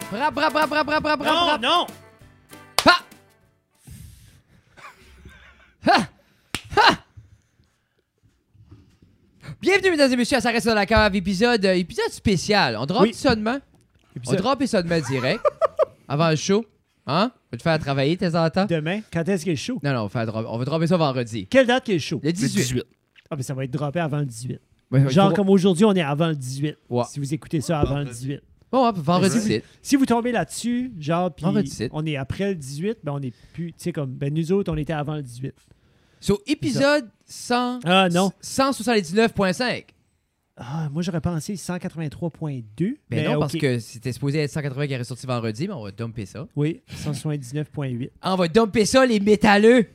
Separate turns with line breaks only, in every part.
Frappe, frappe, frappe, frappe, frappe, frappe, frappe,
Non,
frappe.
non!
Ha! Ha! Ha! Bienvenue, mesdames et messieurs, à Ça reste dans la cave, épisode, euh, épisode spécial. On drop
Oui.
ça demain. On drop ça demain direct. avant le show. Hein? On va te faire travailler, tes entends?
Demain, quand est-ce qu'il est chaud?
hein? Non, non, on va, faire drop- on va dropper ça vendredi.
Quelle date qu'il est chaud?
Le 18.
Ah, mais ça va être droppé avant le 18.
Ouais, ouais,
Genre
faut-
comme aujourd'hui, on est avant le 18.
Ouais.
Si vous écoutez ça avant le 18.
Ouais, ouais, vendredi,
Ouais.
c'est.
Si vous tombez là-dessus, genre, puis
On va dire c'est.
on est après le 18, ben on est plus, tu sais, comme, ben nous autres, on était avant le 18.
So, épisode 100...
Ah non.
179.5.
Ah, moi, j'aurais pensé 183.2.
Ben non, parce
ok.
que c'était supposé être 180 qui est ressorti vendredi, mais on va dumper ça.
Oui, 179.8.
Ah, On va dumper ça, les métalleux.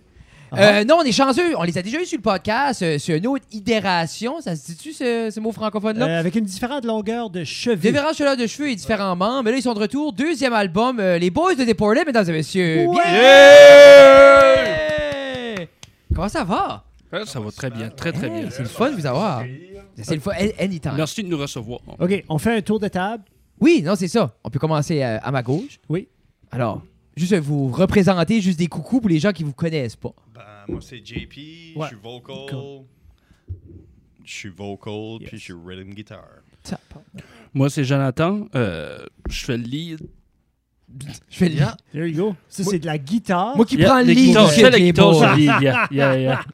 Ah.
Euh, non, on est chanceux. On les a déjà eu sur le podcast. euh, sur une autre idération. Ça se dit-tu, ce, ce mot francophone-là?
Euh, avec une différente longueur de cheveux.
Différents chaleurs de cheveux et différents membres. Mais là, ils sont de retour. Deuxième album, euh, Les Boys de Deported, mesdames et messieurs.
Ouais!
Bien. Comment ça va?
Ouais, Ça va très bien, très très
Hey,
bien.
C'est le fun de vous avoir. C'est le fun. an- Anytime.
Merci de nous recevoir.
OK, on fait un tour de table.
Oui, non, c'est ça. On peut commencer euh, à ma gauche.
Oui.
Alors, juste vous représenter, juste des coucous pour les gens qui vous connaissent pas.
Ben, moi, c'est JP,
Ouais.
je suis vocal.
Cool.
Je suis vocal,
Yes.
puis je suis rhythm guitar.
Moi, c'est Jonathan. euh, je fais le lead.
Je fais le
Yeah.
There you go. Ça, c'est de la guitare.
Moi qui
Yeah,
prends le
les
lead.
guitares,
sur
Je fais la
les
guitare,
boys.
je lead. Yeah, yeah, yeah.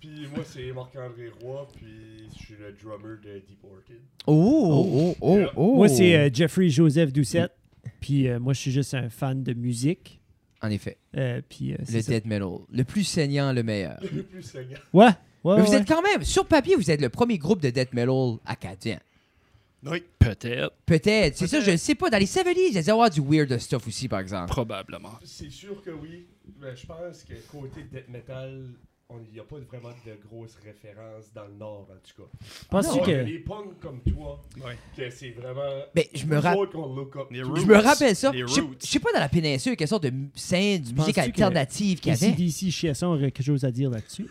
Puis moi, c'est Marc-André Roy, puis je suis le drummer de Deep Orchid.
Oh, oh, oh, oh.
Moi, c'est euh, Jeffrey Joseph Doucette. Puis euh, moi, je suis juste un fan de musique.
En effet,
Euh, puis euh, c'est
le
ça.
death metal. Le plus saignant, le meilleur.
Le plus saignant.
Ouais. ouais,
Mais vous
ouais.
êtes quand même, sur papier, vous êtes le premier groupe de death metal acadien.
Oui.
Peut-être,
Peut-être. C'est ça, je ne sais pas. Dans les 70s, il y a dû avoir du weird stuff aussi, par exemple.
probablement.
C'est sûr que oui, mais je pense que côté death metal, on- il n'y a pas vraiment de grosses références dans le Nord, en tout cas.
Penses-tu
Ouais,
que.
Les punks comme toi,
Ouais.
que c'est vraiment...
Mais je me
nous
rappelle.
autres qu'on look up
Les
to.
roots.
Je me rappelle ça.
Les
Je sais-
roots.
je sais pas dans la péninsule quelle sorte de m- scène, de musique
Penses-tu que-
alternative qu'il y avait.
d'ici Chiasson aurait quelque chose à dire là-dessus.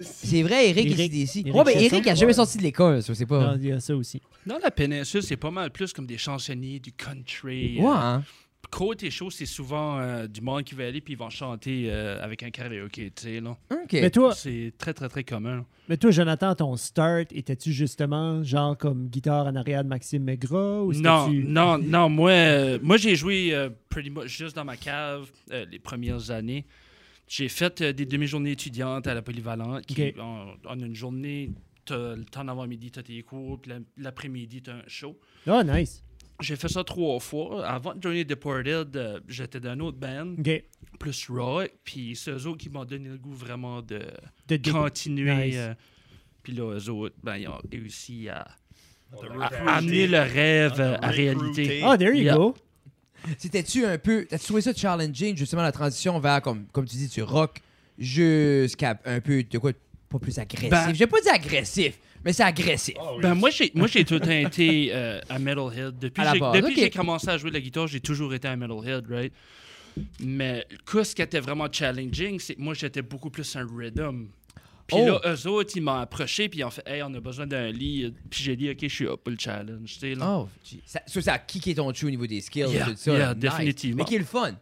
C'est vrai, Eric,
Eric-
est ici.
Eric
Ouais, mais Eric
Chasson,
a jamais
ouais.
sorti de l'école, ça, c'est
Non,
pas.
il y a ça aussi.
Dans la péninsule, c'est pas mal plus comme des chansonniers du country. euh,
Ouais, hein.
Côté chaud, c'est souvent euh, du monde qui va aller puis ils vont chanter euh, avec un karaoké, tu sais. là.
Ok.
Mais toi,
C'est très, très, très commun.
mais toi, Jonathan, ton start, étais-tu justement genre comme guitare en arrière de Maxime Megras ou
Non,
c'était-tu-
non, non, moi, euh, moi j'ai joué euh, pretty much juste dans ma cave euh, les premières années. J'ai fait euh, des demi-journées étudiantes à la polyvalente. Qui,
Ok.
en, en une journée, t'as le temps d'avant-midi, t'as tes cours, puis la- l'après-midi, t'as un show.
Ah, nice.
J'ai fait ça trois fois. Avant de joiner Deported, euh, j'étais dans un autre band,
OK.
plus rock, puis c'est eux autres qui m'ont donné le goût vraiment de
De dé-
continuer.
Nice.
euh, puis là, eux autres, ben, ils ont réussi à,
On
à
a
amener le rêve euh, à
Recruiter.
réalité.
Ah, there you
Yeah.
go.
C'était-tu un peu. T'as trouvé ça challenging, justement, la transition vers, comme, comme tu dis, du rock jusqu'à un peu de quoi pas plus agressif.
Ben-
J'ai pas dit agressif, mais c'est agressif.
Ah oui.
Ben, moi, j'ai, moi, j'ai tout le temps été euh, un metalhead. Depuis,
À la
j'ai,
base,
depuis que
ok.
j'ai commencé à jouer de la guitare, j'ai toujours été un metalhead, right? Mais quoi, ce qui était vraiment challenging, c'est que moi, j'étais beaucoup plus un rhythm. Puis
Oh.
là, eux autres, ils m'ont approché, puis ils ont fait « Hey, on a besoin d'un lead. » Puis j'ai dit « Ok, je suis up pour le challenge. » tu sais, là.
Oh, gee. ça, ça, ça a kické ton trou au niveau des skills
Yeah,
et tout ça.
yeah,
là. Nice.
définitivement.
Mais qui est le fun.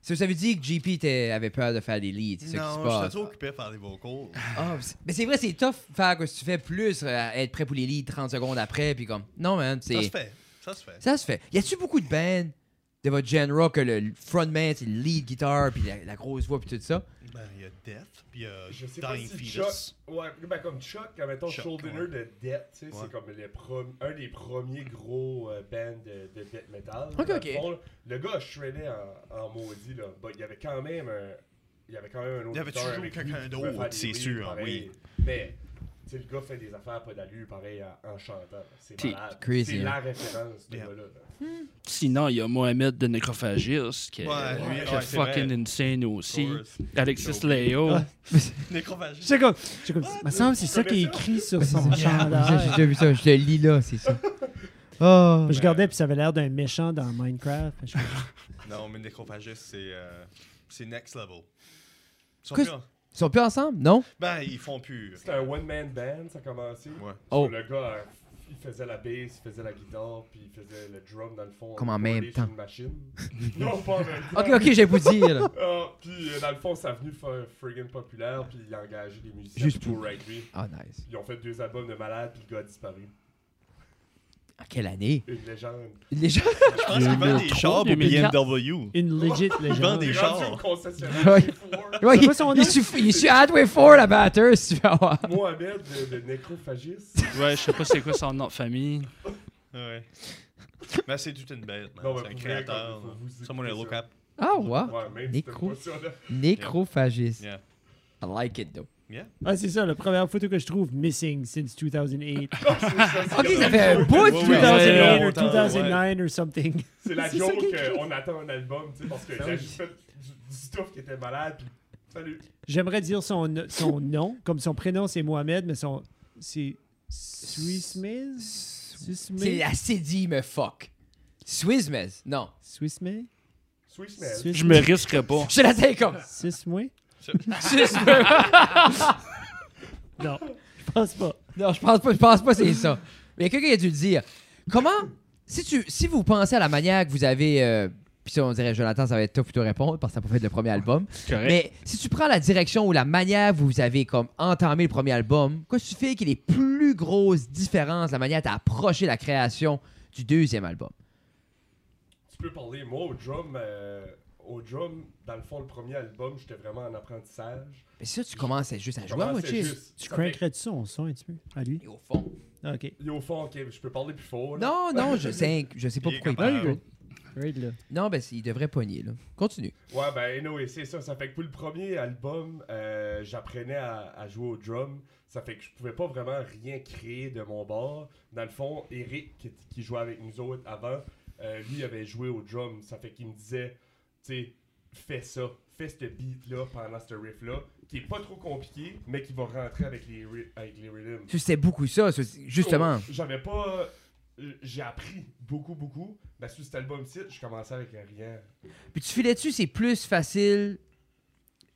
Ça, ça veut dire que JP était- avait peur de faire des leads, c'est ça qui se
Non, je
passe.
suis trop occupé à faire des vocals.
Ah, c'est- mais c'est vrai, c'est tough faire que si tu fais plus, euh, être prêt pour les leads 30 secondes après, puis comme. Non, man, c'est.
Ça se fait. Ça se fait.
Ça se fait. Y a-tu beaucoup de bands de votre genre que le frontman, c'est le lead guitar, puis la, la grosse voix, puis tout ça?
Ben, il y a Death, puis il y a
Je sais pas
Dying
si
Fetus.
Chuck, ouais, ben comme Chuck, admettons
Chuck,
Shoulder
ouais.
de Death, tu sais,
Ouais.
c'est comme le prom- un des premiers gros euh, bands de, de death metal.
Ok,
Dans le
ok.
fond, le gars shreddait en, en maudit là, but il y avait quand même un, il y avait quand même un autre.
Il y avait
guitar
toujours
avec lui
quelqu'un
qui pouvait
d'autre,
faire des
c'est
riffs,
sûr, hein,
pareil. Mais tu sais, le gars fait des affaires pas d'allure pareil en, en chantant. C'est
Puis,
malade.
crazy,
C'est
hein.
la référence de
Yeah.
gars-là. là.
Sinon, il y a Mohamed de Necrophagist, qui est,
Ouais, lui,
qui est
ouais, c'est
fucking
vrai.
insane aussi.
Taurus.
Alexis
Joe.
Leo.
Ah.
Nécrophagiste.
J'étais comme. J'étais comme. Il me semble que Ben, c'est ça qui est écrit sur son
Ça, J'ai
chandail.
déjà vu ça, je te lis là, c'est ça. Oh.
Je regardais, puis ça avait l'air d'un méchant dans Minecraft. Je suis comme,
Non, mais Nécrophagiste, c'est euh, c'est next level. Ils sont
Que-
plus en-
Ils sont plus ensemble, non?
Ben, ils font plus.
C'était un one man band, ça a commencé.
Ouais.
Oh.
Le gars euh, il faisait la bass, il faisait la guitare, puis il faisait le drum dans le fond.
Comme en
collé
même
sur
temps.
une machine. non, pas en même temps.
Ok, ok, j'ai vous dire. là.
Ah, puis euh, dans le fond, ça a venu faire friggin' populaire, puis il a engagé des musiciens
Juste
pour
pour-
Right Green.
Ah, nice.
Ils ont fait deux albums de malade, puis le gars a disparu.
En quelle année
Une légende.
Les gens.
Je pense qu'il vend des
2003,
chars pour
2004.
BMW.
Une legit
Je vends
légende.
des
Il est rendu au
chars.
concessionnaire chez Ford.
Ouais,
C'est quoi son
il, il,
nom?
suffit- il suffit Hardway Ford, la batteuse, si tu veux avoir.
Mohamed, le, le nécrophagiste.
Ouais, je sais pas c'est quoi son nom de famille.
Ouais. Mais c'est toute une bête, man.
Non, mais
C'est un
pour
créateur.
vrai, quand vous- vous
Someone
écoutez
hello
ça.
cap.
Ah, wow.
Ouais, même si c'était
Nécro.
pas ça, là.
Nécrophagiste.
Yeah.
I like it, though.
Ah, c'est ça, la première photo que je trouve, Missing since 2008.
Ok, ça fait un bout.
Ouais, ouais.
là.
2008
ouais.
ou 2009 or something.
C'est la
C'est ça,
joke,
quelque
euh,
chose.
on attend un album, tu sais, parce que il a juste fait du, du stuff qui était malade, puis salut.
J'aimerais dire son, son nom, comme son prénom c'est Mohamed, mais son. C'est. Swissmez
C'est la CD, me fuck. Swissmez. Non.
Swissmez
Swiss Mel.
Swissmez
Je me risque pas.
Je la sais comme.
Swissmez
Swissmez.
Non, je pense pas.
Non, je pense pas, je pense pas c'est ça. Mais quelqu'un qui a dû le dire. Comment, si tu, si vous pensez à la manière que vous avez, euh, puis ça on dirait Jonathan, ça va être tough de te répondre parce que t'as pas fait le premier album.
Correct.
Mais si tu prends la direction ou la manière où vous avez comme entamé le premier album, qu'est-ce que tu fais qu'il y ait les plus grosses différences, la manière dont t'as approché la création du deuxième album?
Tu peux parler, moi, au drum, euh, au drum, dans le fond, le premier album, j'étais vraiment en apprentissage.
Mais ça, tu commences à- juste à
Je
jouer, moi,
commençais
chill.
juste.
Tu
Ça fait-
crankerais-tu son son un petit peu à lui
Et au fond.
Ah, Ok.
Et au fond, ok, je peux parler plus fort. là.
Non, non, je sais, je sais pas
Il est
pourquoi
capable.
il peut.
Right là.
Non, ben, il devrait pogner, là. Continue.
Ouais, ben, anyway, c'est ça. Ça fait que pour le premier album, euh, j'apprenais à, à jouer au drum. Ça fait que je pouvais pas vraiment rien créer de mon bord. Dans le fond, Eric, qui, qui jouait avec nous autres avant, euh, lui avait joué au drum. Ça fait qu'il me disait, tu sais, fais ça. Fais ce beat-là pendant ce riff-là, qui est pas trop compliqué, mais qui va rentrer avec les, ry- avec les rhythms.
Ça, C'était beaucoup ça, ça, c'est- justement.
Oh, J'avais pas. euh, J'ai appris beaucoup, beaucoup. Ben, sur cet album-ci, je commençais avec rien.
Puis tu filais dessus, c'est plus facile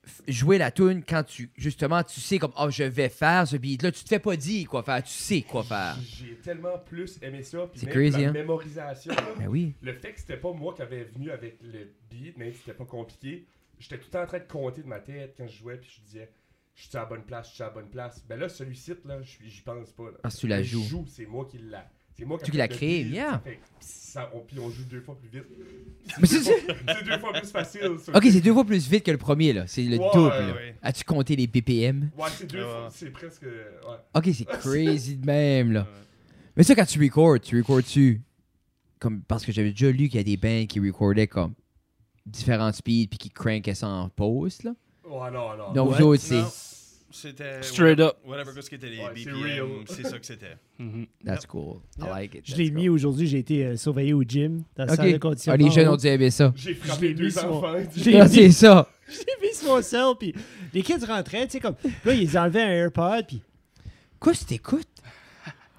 f- jouer la tune quand tu justement tu sais comme oh je vais faire ce beat là tu te fais pas dire quoi faire tu sais quoi faire
J'ai tellement plus aimé ça. puis
C'est
même
crazy,
La
hein?
mémorisation. là,
ben oui
le fait que c'était pas moi qui avait venu avec le beat, même si c'était pas compliqué, j'étais tout le temps en train de compter de ma tête quand je jouais, puis je disais, je suis à la bonne place, je suis à la bonne place. Ben là, celui-ci, là, je suis- j'y pense pas. Là.
parce que Ah, tu la
Je
joues
joue, c'est moi qui l'a. C'est moi
Tu
a
l'as
fait le
créé,
beat,
yeah.
ça fait que ça- on, puis on joue deux fois plus vite.
Mais c'est-
C'est deux fois plus facile. ça.
ok c'est deux fois plus vite que le premier là c'est le
Ouais,
double
ouais,
là.
ouais.
as-tu compté les BPM
Ouais, c'est deux
Ouais, ouais.
fois, c'est presque. Ouais.
ok c'est crazy de même là
Ouais.
mais ça quand tu records tu records tu comme parce que j'avais déjà lu qu'il y a des bands qui recordaient comme différents speeds puis qui crankaient ça en pause là
Ouais, non,
Ah,
non.
donc
What?
vous autres c'est
Non. C'était.
Straight up.
Whatever que ce qu'étaient les
Ouais, c'est
BPM,
real.
c'est ça que c'était.
Mhm.
that's cool I like it
Je l'ai
that's
mis aujourd'hui, j'ai été euh, surveillé au gym, dans
cool.
la salle de
ok Ah,
conditionnement.
les jeunes ont dû aimer ça
J'ai
Je
frappé
l'ai mis
deux
sur-
enfants.
je l'ai
Ah,
mis-
c'est ça.
j'ai mis sur mon sel, puis les kids rentraient, tu sais, comme. Là, ils enlevaient un AirPod, puis.
Quoi, tu t'écoutes?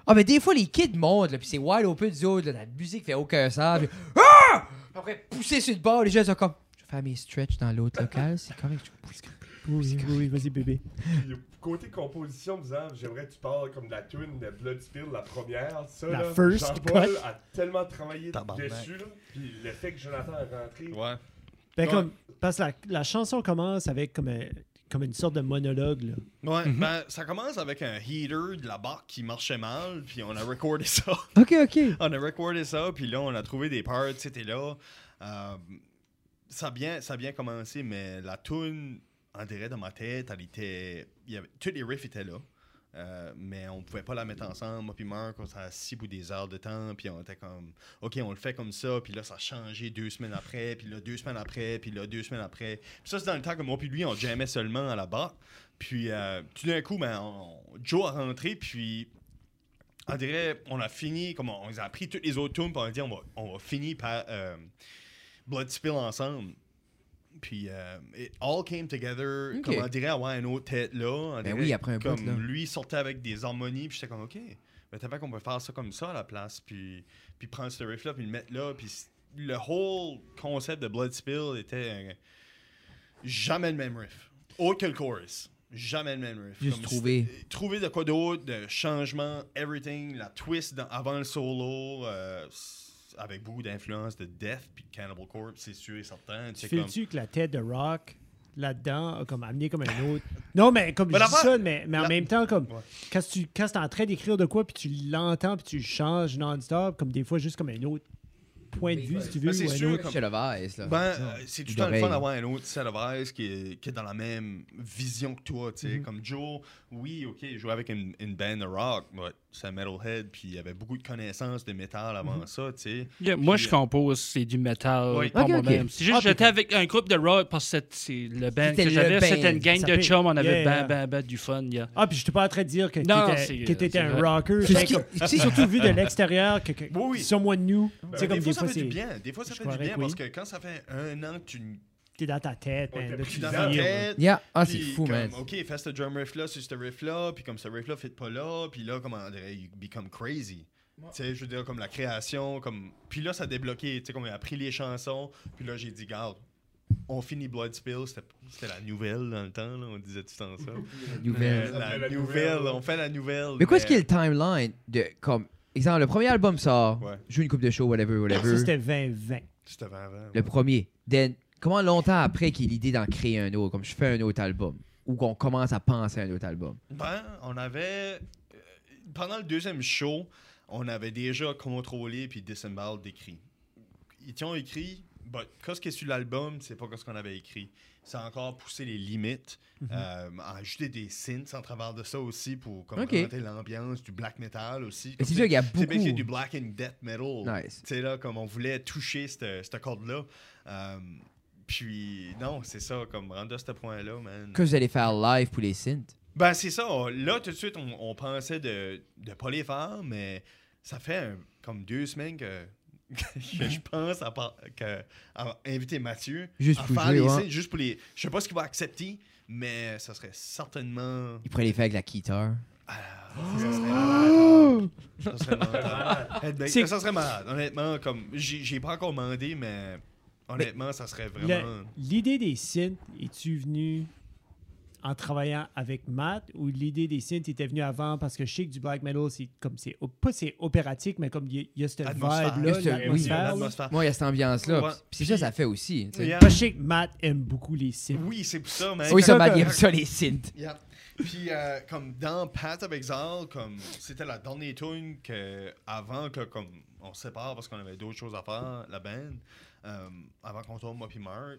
Ah, mais des fois, les kids montent, là, puis c'est wild open du haut, là, la musique fait aucun sens. Puis, ah! Après, pousser sur le bord, les gens sont comme, je vais faire mes stretches dans l'autre local, c'est correct, je vais pousser.
Oui, oui, oui, vas-y, bébé.
Puis, Côté composition, vous savez, j'aimerais que tu parles comme de la tune de Bloodspill, la première. Ça,
La
là,
first
Jean-Paul
cut.
a tellement travaillé
Tabarnak.
dessus. Là, puis le fait que Jonathan est rentré.
Ouais.
Ben,
Ouais.
comme, parce que la, la chanson commence avec comme, un- comme une sorte de monologue. Là.
Ouais, ben, ça commence avec un heater de la barque qui marchait mal, puis on a recordé ça.
Ok, ok.
on a recordé ça, puis là, on a trouvé des parts, c'était là. Euh, ça, a bien, ça a bien commencé, mais la tune, en dirait dans ma tête, elle était. il y avait- tous les riffs étaient là. euh, mais on pouvait pas la mettre ensemble. Moi puis Marc, on s'est assis pour des heures de temps. Puis on était comme, OK, on le fait comme ça. Puis là, ça a changé deux semaines après. Puis là, deux semaines après. Puis là, deux semaines après. Puis ça, c'est dans le temps que moi puis lui, on jammait seulement à la barre. Puis euh, tout d'un coup, ben, on- Joe a rentré. Puis on dirait, on a fini, comme on, on a pris toutes les autres tunes, puis on a dit, on va, on va finir par euh, Blood Spill ensemble. Puis, euh, it all came together,
Ok.
comme on dirait, avoir une autre tête là. on
Ben
dirait,
oui, après un bout,
Comme
là.
lui sortait avec des harmonies, puis j'étais comme, OK, ben t'as pas qu'on peut faire ça comme ça à la place, puis, puis prendre ce riff-là, puis le mettre là, puis c- le whole concept de Blood Spill était euh, jamais le même riff, autre que le chorus. jamais le même riff.
Juste
Comme
trouver.
c'était- euh, Trouver de quoi d'autre, de changement, everything, la twist dans- avant le solo, euh, s- avec beaucoup d'influence de Death puis de Cannibal Corpse, c'est sûr et certain.
Tu
C'est comme...
fais-tu que la tête de Rock là-dedans a comme amené comme un autre. Non, mais comme
Mais
je dis
l'affaire-
ça, mais, mais en
la-
même temps, comme
Ouais.
quand tu quand t'es en train d'écrire de quoi, puis tu l'entends, puis tu le changes non-stop, comme des fois, juste comme un autre point de
Oui,
vue,
ouais.
si tu
Ben,
veux.
c'est
ou un
sûr,
autre-
comme-
Chez le Vice, là.
Ben, euh, c'est tout le temps le
D'oreille.
fun d'avoir un autre set of eyes qui est, qui est dans la même vision que toi, tu sais. Comme Joe, oui, OK, il jouait avec une, une band de rock, mais c'est un metalhead, puis il avait beaucoup de connaissances de métal avant ça, tu sais.
Yeah, moi,
Puis, euh,
je compose, c'est du métal
Oui.
pour
Ok, ok.
moi-même. C'est
Ah,
juste
puis-
j'étais avec un groupe de rock parce que c'est- c'est le band
C'était
que
le
j'avais.
band.
C'était une gang
Ça
de
fait-
chums, on avait
Yeah,
ben,
yeah.
ben, ben du fun. yeah.
Ah, puis je suis pas en train de dire que
Non,
t'étais-
c'est-
que t'étais
euh,
c'est
un
vrai.
rocker.
C'est
mais
ben,
ce qui-
comme- C'est surtout vu de l'extérieur que, que
Oui, oui.
someone new. tu sais,
Euh,
comme
des fois,
des
ça
fois,
fait du
c'est
bien. Des fois, ça
je
fait du
croirais
bien
que
parce que
oui.
quand ça fait un an que tu n-
t'es dans ta tête,
Ouais,
man,
t'es
là,
pris
tu
dans
le
ta
feel, là.
tête.
Yeah, ah, c'est
puis
fou,
comme,
man.
OK, fais ce drum riff-là sur ce riff-là, puis comme ce riff-là fait pas là, puis là, comment on dirait, you become crazy. Tu sais, je veux dire, comme la création, comme... Puis là, ça a débloqué, tu sais, comme il a pris les chansons, puis là, j'ai dit, garde, on finit Blood Spill, c'était c'était la nouvelle dans le temps, là, on disait tout le temps ça.
Nouvelle.
On fait
la
la
nouvelle,
nouvelle.
on fait la nouvelle.
Mais quoi est-ce qu'il y a le timeline de comme exemple le premier album sort,
Ouais.
joue une coupe de show whatever
Ça,
whatever.
c'était 20-20.
C'était avant, avant,
le
ouais.
premier. Then, comment longtemps après qu'il y ait l'idée d'en créer un autre, comme je fais un autre album ou qu'on commence à penser à un autre album.
Ben, on avait... euh, Pendant le deuxième show, on avait déjà contrôlé puis disembowel d'écrit. Ils t'ont écrit, bah, qu'est-ce qui est sur l'album, c'est pas ce qu'on avait écrit. Ça a encore poussé les limites,
Mhm.
euh, ajouter des synths en travers de ça aussi pour comme,
Ok.
remonter l'ambiance, du black metal aussi.
Mais
Comme
c'est
tu-
sûr qu'il y a
C'est bien qu'il y a du
beaucoup.
black and death metal.
Nice.
Tu sais, là, comme on voulait toucher cette, cette corde-là. Euh, puis, non, c'est ça, comme rendre à ce point-là, man.
Que vous allez faire live pour les synths.
Ben, c'est ça. On- Là, tout de suite, on, on pensait de ne pas les faire, mais ça fait un- comme deux semaines que, que je pense à, par- que- à inviter Mathieu
Juste
à
pour
faire
jouer,
les
ouais.
scènes, juste pour les... Je sais pas ce qu'il va accepter, mais ça serait certainement...
Ils pourraient les faire avec la guitare.
Ça serait
Oh!
Ça serait malade. Headbang.
C'est-
Ça serait malade, honnêtement. comme J'ai j'ai pas encore demandé, mais honnêtement, ça serait
Le-
vraiment...
L'idée des synths, es-tu venu en travaillant avec Matt ou l'idée des synths était venue avant parce que je sais que du black metal, c'est comme c'est op- pas c'est opératique, mais comme il y, a- il y a cette
Atmosphère.
vibe-là,
Il y a cette- euh, oui,
l'atmosphère. là.
l'atmosphère.
Moi, il y a cette ambiance-là.
Ouais.
Puis c'est ça, ça fait aussi. tu sais.
Yeah.
Parce que je sais que Matt aime beaucoup les synths.
Oui, c'est pour ça, mais...
Oui, ça,
comme-
Matt, il aime ça, les synths.
Yeah. Puis euh, comme dans Path of Exile, comme c'était la dernière tune que avant que comme on se sépare parce qu'on avait d'autres choses à faire, la band, euh, avant qu'on tombe moi puis Mark,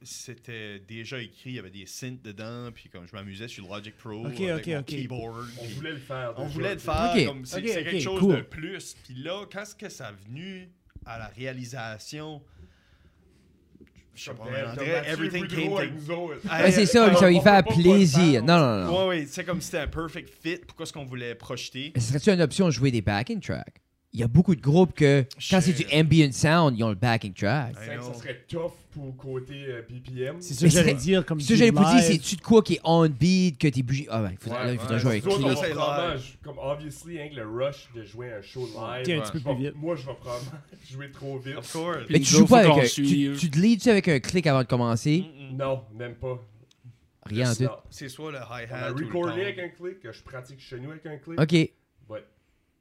c'était déjà écrit, il y avait des synths dedans, puis comme je m'amusais sur Logic Pro
Ok,
avec
ok,
mon
ok.
keyboard.
On
puis
voulait le faire.
on
déjà,
voulait le
tu sais.
faire,
Ok.
comme c'est
Ok,
c'est
ok,
quelque chose
cool.
de plus. Puis là, quand est-ce que ça a venu à la réalisation, je sais pas,
Comme,
mais
euh,
on
comme
dirait
Mathieu
everything
Boudreau
came
avec
to-
nous autres.
Ouais, c'est ça,
alors,
ça lui
on peut pas
fait
pas le
plaisir.
faire.
Non, non, non.
Ouais, ouais, c'est comme si c'était un perfect fit. Pourquoi est-ce qu'on voulait projeter
Mais ce serait-tu une option de jouer des backing tracks? Il y a beaucoup de groupes que, quand c'est du
Shit.
ambient sound, ils ont le backing track.
C'est vrai que Ça serait tough pour côté euh, BPM.
C'est ça
Mais
que j'allais
c'est-
dire. comme
Ce que
du
j'allais vous dire,
live.
c'est-tu de quoi qui est on beat, que t'es bougé. Ah, ben, il faudrait,
Ouais,
là, il faudrait
ouais,
jouer avec
Nous autres,
Clé.
on va
Clip. C'est
probablement,
live.
je- Comme, obviously, rien que le rush de jouer un show live.
T'es un
je
petit peu
vais-
plus vite.
Moi, je vais probablement jouer trop vite.
Of course.
Mais
Puis
tu
nous
joues
autres,
pas
faut
avec
qu'on
un. Tu,
suive.
tu leads-tu avec un clic avant de commencer?
Non, même pas.
Rien en tout.
Non.
Mm, C'est soit le
On a
hi-hat ou le tom.
recordé avec un clic, que je pratique chez nous avec un clic.
Ok.
Ouais.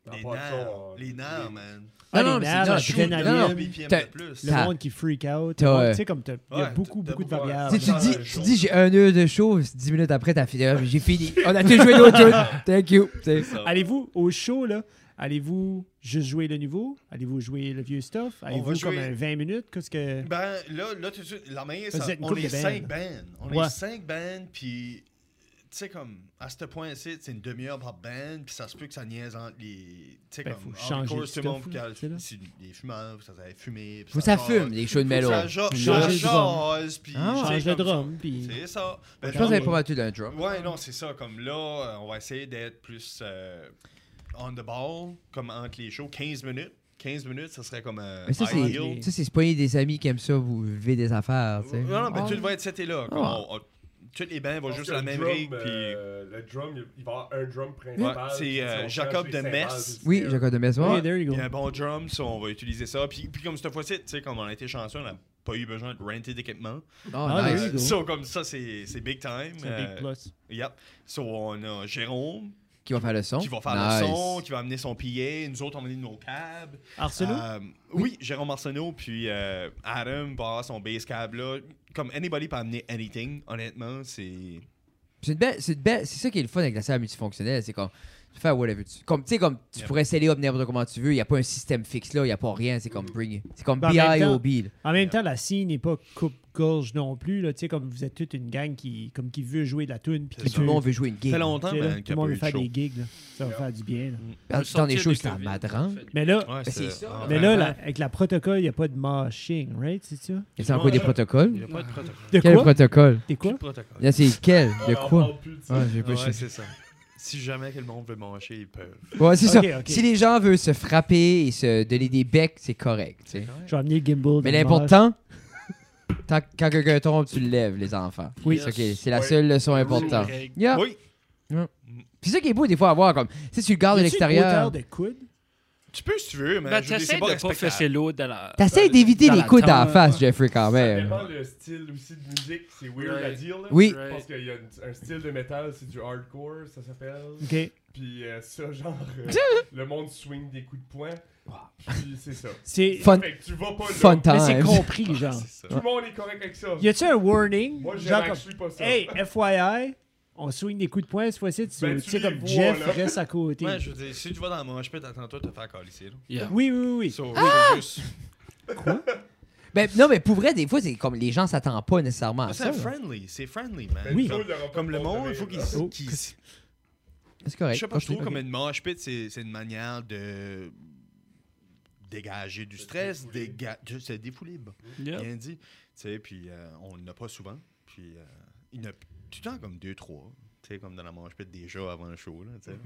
À
Les
part ça,
nerfs.
on-
Les nerfs, man.
Ah,
Non, non,
les
mais c'est-
nerfs,
non,
la
je-
adrénaline,
non, non.
BPM
T'as-
de plus.
Le
Ça-
monde qui freak out.
T'as,
le monde,
euh,
Tu sais, comme t'as- il y
Ouais,
a beaucoup,
t'as
beaucoup de
beaucoup-
variables.
Si tu
ouais. Ah,
dis,
ouais,
tu
chaud.
dis j'ai un heure de show, c'est 10 minutes après, t'as fini. Ah, J'ai fini. On a tout joué l'autre chose. Thank you. Tu sais.
Allez-vous au show, là? Allez-vous juste jouer le nouveau? Allez-vous jouer le vieux stuff? Allez-vous
jouer-
comme un 20 minutes? Qu'est-ce que...
Ben, là, là, tout de suite, la manière,
Vous
ça-
êtes une
on
couple
est
de
cinq
bands.
bands. On
Ouais.
est cinq bands, puis, tu sais, comme, à ce point-ci, c'est une demi-heure par band, puis ça se peut que ça niaise entre les. Tu sais,
Ben,
comme,
faut changer
hardcore,
le
tout le monde,
stuff,
puis
là, tu sais, là.
c'est des fumeurs, puis ça s'est fumé. puis
Faut que ça
jase,
fume, les shows de
Ah, faut que
mélo.
Ça jase,
Changer le
ça
drum.
jase, puis.
Ah,
tu sais,
Change le
comme ça.
drum, puis...
C'est ça. Ben,
Je pense que
genre,
j'avais pas battu d'un drum.
Ouais, non, c'est ça. Comme là, euh, on va essayer d'être plus euh, on the ball, comme entre les shows, 15 minutes. 15 minutes, ça serait comme euh,
Mais ça, c'est.
ideal.
Ça, c'est se pogner des amis qui aiment ça, vous vivez des affaires, tu sais.
Non, non, ben,
Ah.
tu devrais être cet là. Comme
Ah.
on- on- toutes les bains vont
Parce
juste
que
la
le
même
drum,
rig. puis-
euh, Le drum, il- il va y avoir un drum principal.
Ouais, c'est,
puis
euh,
on change
Jacob
les
de
cymbales,
Metz.
puis c'est,
Ah. Oui,
euh,
j'ai de mes
Hey, there you
Bah, Il
go.
y a un bon drum, ça, on va utiliser ça. Puis, puis comme cette fois-ci, tu sais, comme on a été chanceux, on a pas eu besoin de renter d'équipement. Euh,
Oh,
Ah,
nice.
oui. go.
So, comme ça, c'est c'est big time.
C'est un big
Euh,
plus.
yep. So, on a Jérôme
Qui va faire le son?
qui va faire
Nice.
le son, qui va amener son PA. Nous autres, on a amené nos câbles.
Arsenault?
Euh, oui, Jérôme Arsenault, puis euh, Adam va avoir son base câble là. Comme anybody peut amener anything, honnêtement, c'est.
C'est une belle, c'est une belle, c'est ça qui est le fun avec la salle multifonctionnelle, c'est comme tu fais whatever tu comme tu sais comme tu
Yeah.
pourrais sceller up n'importe comment tu veux, il y a pas un système fixe là, il y a pas rien, c'est
Mm.
comme bring, it. c'est comme
Ben, en même temps-
BIOB. là.
En même temps, la scene n'est pas coupe-gorge non plus. Là, Tu sais, comme vous êtes toute une gang qui, comme qui veut jouer de la tune. Puis
C'est
qui
Mais tout le
veut-
monde veut jouer une
Ça fait
game.
longtemps,
tu sais, là,
man,
Tout
hein, qu'il
le
n'y a
monde
pas
veut
eu de
faire
show.
des gigs. là. Ça va faire du bien. là.
Dans
Sortir
des
de
choses, c'est un
COVID.
madran.
Mais là,
Ouais,
Ben, c'est
c'est-
ça.
ah,
mais
ouais.
là,
ouais.
la- avec la protocole, il n'y a pas de mashing, right? C'est ça?
Il y a encore des
Il n'y
protocoles.
a pas de protocole.
De
Quel
quoi?
protocole
T'es quoi?
protocole.
Là c'est quel
On
De
en
quoi
parle plus de ça.
Ouais, j'ai pas
Ah Ouais,
su.
c'est ça. Si jamais que le monde veut manger, ils peuvent.
Ouais, c'est ça.
Ok, ok.
Si les gens veulent se frapper et se donner des becs, c'est correct, tu sais.
Je vais amener le gimbal. dans
Mais
le
l'important tant que- quand quelqu'un tombe, tu le lèves les enfants.
Oui.
C'est ok, c'est la
Ouais.
seule leçon importante.
Règle.
Yeah.
Ah.
Oui,
C'est ça qui est beau des fois à voir comme si tu le
mâche.
gardes à
Y a-tu une
l'extérieur.
hauteur de coude?
tu peux si tu veux, mais
Ben,
je veux dire,
t'essaies
c'est
de
pas
pas
respectable.
fesser l'autre dans la.
T'essayes d'éviter
dans
les
la
coups d'en
tente.
face, Jeffrey, quand
Ça
même.
dépend le style aussi de musique, c'est weird
Ouais.
à dire là.
Oui.
Je pense qu'il y a une- un style de métal, c'est du hardcore, ça s'appelle.
OK.
Puis euh, ça, genre, euh, le monde swing des coups de poing. Puis c'est ça.
C'est...
Fun,
Fait que tu vas pas là.
fun
Mais c'est
time.
compris,
Ouais,
genre.
Ah, c'est ça.
Tout le monde est correct avec ça.
Y a-tu un warning?
Moi, je
Genre comme,
suis pas ça.
Hey, FYI, on swing des coups de poing cette fois-ci. Tu
Ben,
tu
tu
sais,
les
comme
vois,
Jeff
là.
reste à côté.
Ouais, je veux dire, si tu vas dans mon HP, t'attends-toi de te faire coller ici.
Yeah.
Oui, oui, oui.
So,
Ah!
c'est juste-
Ben, non, mais pour vrai, des fois, c'est comme les gens s'attendent pas nécessairement à
Ah,
ça.
C'est
là.
friendly, c'est friendly, man.
Mais
Oui.
le
Comme,
monde l'aura pas
comme le monde, il faut
compris,
qu'il
là.
Oh.
qu'il-
C'est correct.
Je sais pas, je trouve
Ok.
comme une mosh pit, c'est c'est une manière de dégager du stress,
défouler.
déga... de se défouler, bah,
Yeah.
bien dit. Tu sais, puis euh, on n'a pas souvent, puis euh, il y en a tout le temps comme deux, trois, tu sais, comme dans la mosh pit déjà avant le show, là, tu sais.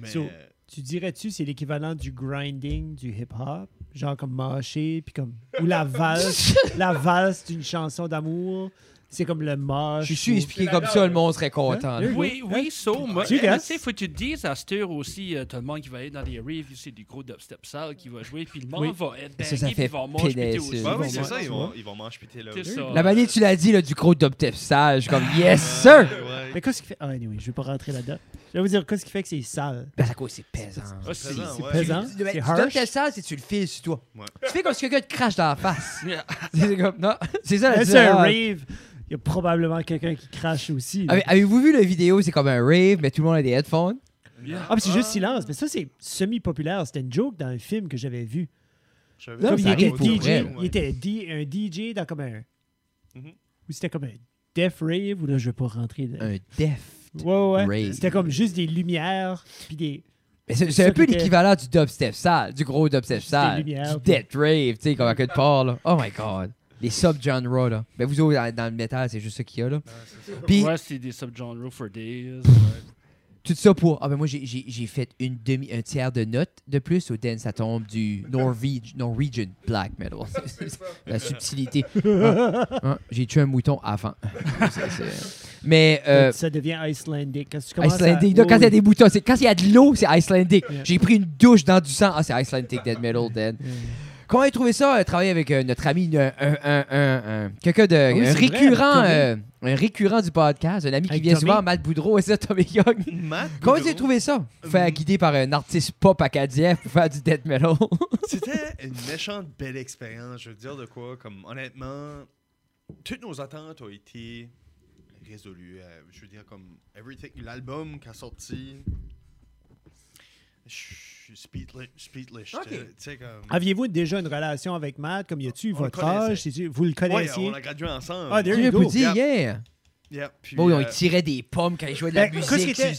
Mais
So-
euh,
Tu dirais-tu c'est l'équivalent du grinding du hip-hop? Genre comme mâcher, puis comme... Ou la valse. la valse d'une chanson d'amour. C'est comme le
Je
moche.
suis
ou-
expliqué comme ça, le monde serait content. là.
Hein?
Oui, oui, so, moi,
Tu
eh, mais
restes.
tu sais, faut que tu te dises, à cette heure aussi, euh, tout le monde qui va aller dans des raves, c'est du gros dubstep sale qui va jouer, puis le monde
Oui.
va être
Ça, ça
dingue, puis
fait
ils vont manger, puis
pédale,
t'es aussi.
ça.
ouais,
ils
Ah oui,
vont
c'est ça,
manger,
ils vont, ils vont manger péter là.
C'est ça.
La manière que tu l'as dit, là, du gros dubstep sage, comme yes, sir!
Ouais.
Mais qu'est-ce qui fait... Ah, anyway, je vais pas rentrer là-dedans. Je vais vous dire, qu'est-ce qui fait que c'est sale?
Ben, ça cause, c'est pesant.
Ah,
C'est
si.
présent, ouais.
Pesant,
Tu- ben,
c'est
Tu donnes
harsh.
tel sale si tu le files sur toi.
Ouais.
Tu fais comme si quelqu'un te crache dans la face.
Yeah.
c'est comme, non, Ah, c'est ça la
Là, C'est un
différence.
rave. Il y a probablement quelqu'un qui crache aussi. là.
Avez- Avez-vous vu la vidéo, c'est comme un rave, mais tout le monde a des headphones?
Yeah.
Ah, mais c'est juste silence. Mais ça, c'est semi-populaire. C'était une joke dans un film que j'avais vu.
J'avais-
Non,
Comme il
ça
était,
arrive pour
DJ,
vrai,
il était D- un DJ dans comme un.
Mhm.
Ou c'était comme un Death Rave, ou là, je vais pas rentrer. là.
Un def.
Ouais, ouais, ouais.
rave.
C'était comme juste des lumières, puis des.
Mais c'est,
C'est
c'est
ça
un peu
qui était-
l'équivalent du dubstep sale, du gros dubstep sale,
lumières,
du death rave, tu sais, comme à quelque part, là. Oh my god. Les sub-genres, là. Ben, vous autres, dans, dans le métal, c'est juste ça qu'il y a, là. Puis,
Ouais, c'est des subgenres for days.
tout ça pour. Ah, ben, moi, j'ai, j'ai- j'ai fait une demi, un tiers de note de plus au dance à tombe du Norvég- Norwegian Black Metal. C'est- c'est- La subtilité. Ah, ah, j'ai tué un mouton avant. C'est- c'est- Mais. euh,
ça devient Icelandic. Quand tu commences à-
Icelandic. là,
Oh,
quand il y a
oui.
des boutons, c'est quand il y a de l'eau, c'est Icelandic.
Yeah.
J'ai pris une douche dans du sang. Ah, c'est Icelandic Dead Metal Dead. Comment avez trouvé ça, euh, travailler avec euh, notre ami, euh, un, un- un- un- quelqu'un de,
Ah oui,
un
c'est vrai,
récurrent,
Tommy.
euh, un récurrent du podcast, un ami qui
Avec
vient
Tommy.
souvent, Matt Boudreau, et ça, Tommy Young.
Matt
Comment
Boudreau,
avez trouvé ça, faire
Euh,
guider par un artiste pop acadien pour faire du death metal
C'était une méchante belle expérience, je veux dire de quoi, comme honnêtement, toutes nos attentes ont été résolues. Euh, je veux dire comme everything, l'album qui a sorti, je suis speechless, speechless,
Ok.
j'étais- tu sais comme.
Aviez-vous déjà une relation avec Matt Comme y a-tu
On le
votre
connaissait.
âge C'est-tu- Vous le
Ouais,
connaissiez
on a gradué ensemble.
Ah, there
J'ai
you go.
pu dire,
Yep.
yeah.
Yeah, puis,
Bon,
euh,
ils tiraient des pommes quand ils jouaient de la
Ben, qu'est-ce qui
musique sur
était-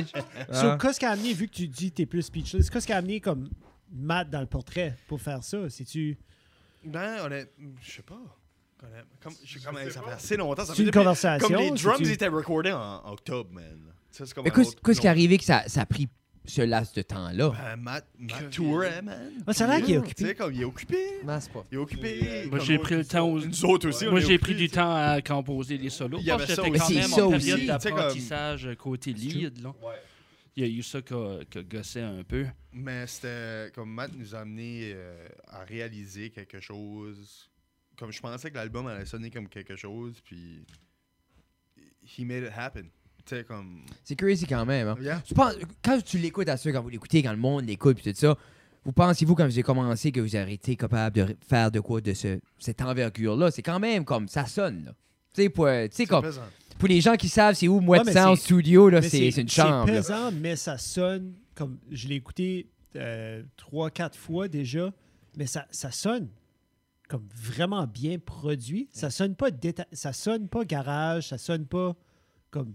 le stage.
So,
Hein?
qu'est-ce qui a amené, vu que tu dis que t'es plus speechless, qu'est-ce qui a amené comme Matt dans le portrait pour faire ça C'est-tu
ben, on est, je sais pas. honnêtement, Comme, je, comme,
sais
ça fait
pas.
assez longtemps. Ça
C'est
fait
une
depuis-
conversation,
Comme les
c'est
drums,
une-
ils étaient recordés en octobre, man. Ça, c'est comme
Mais
un
qu'est-ce
autre-
qu'est-ce qui est arrivé que ça, ça a pris ce laps de temps-là
Ben, Matt, Matt Touret, man.
Ah, ça a l'air qu'il est occupé.
Tu sais, comme il est occupé.
Non, c'est pas.
Il est occupé.
Euh, Moi,
comme
j'ai
on-
pris le temps aux-
Nous autres aussi. on
Moi,
est
j'ai
occupés,
pris du
tu sais.
temps à composer les solos.
Il y
Parce
avait
que
ça
c'était
aussi.
quand
Mais
même
c'est
en
ça aussi,
période
tu sais, comme-
d'apprentissage côté lead. là.
Ouais.
Il y a eu ça qui a qui a gossé un peu.
Mais c'était comme Matt nous a amené euh, à réaliser quelque chose comme je pensais que l'album allait sonner comme quelque chose, puis he made it happen. Tu sais, comme.
C'est crazy quand même. hein.
Ah.
Yeah.
Tu penses- quand tu l'écoutes à ceux, quand vous l'écoutez, quand le monde l'écoute, puis tout ça, vous pensez-vous, quand vous avez commencé, que vous avez été capable de faire de quoi de ce, cette envergure-là? C'est quand même comme, ça sonne, là. Tu sais, pour, euh, tu sais,
C'est
comme,
pesant.
pour les gens qui savent c'est où Mouette
Ouais, mais
Sound
c'est-
Studio, là,
Mais
c'est c'est une chambre.
C'est
là.
pesant, mais ça sonne comme. Je l'ai écouté euh, trois, quatre fois déjà, mais ça, ça sonne comme vraiment bien produit. Ça sonne pas déta- ça sonne pas garage, ça sonne pas comme. Tu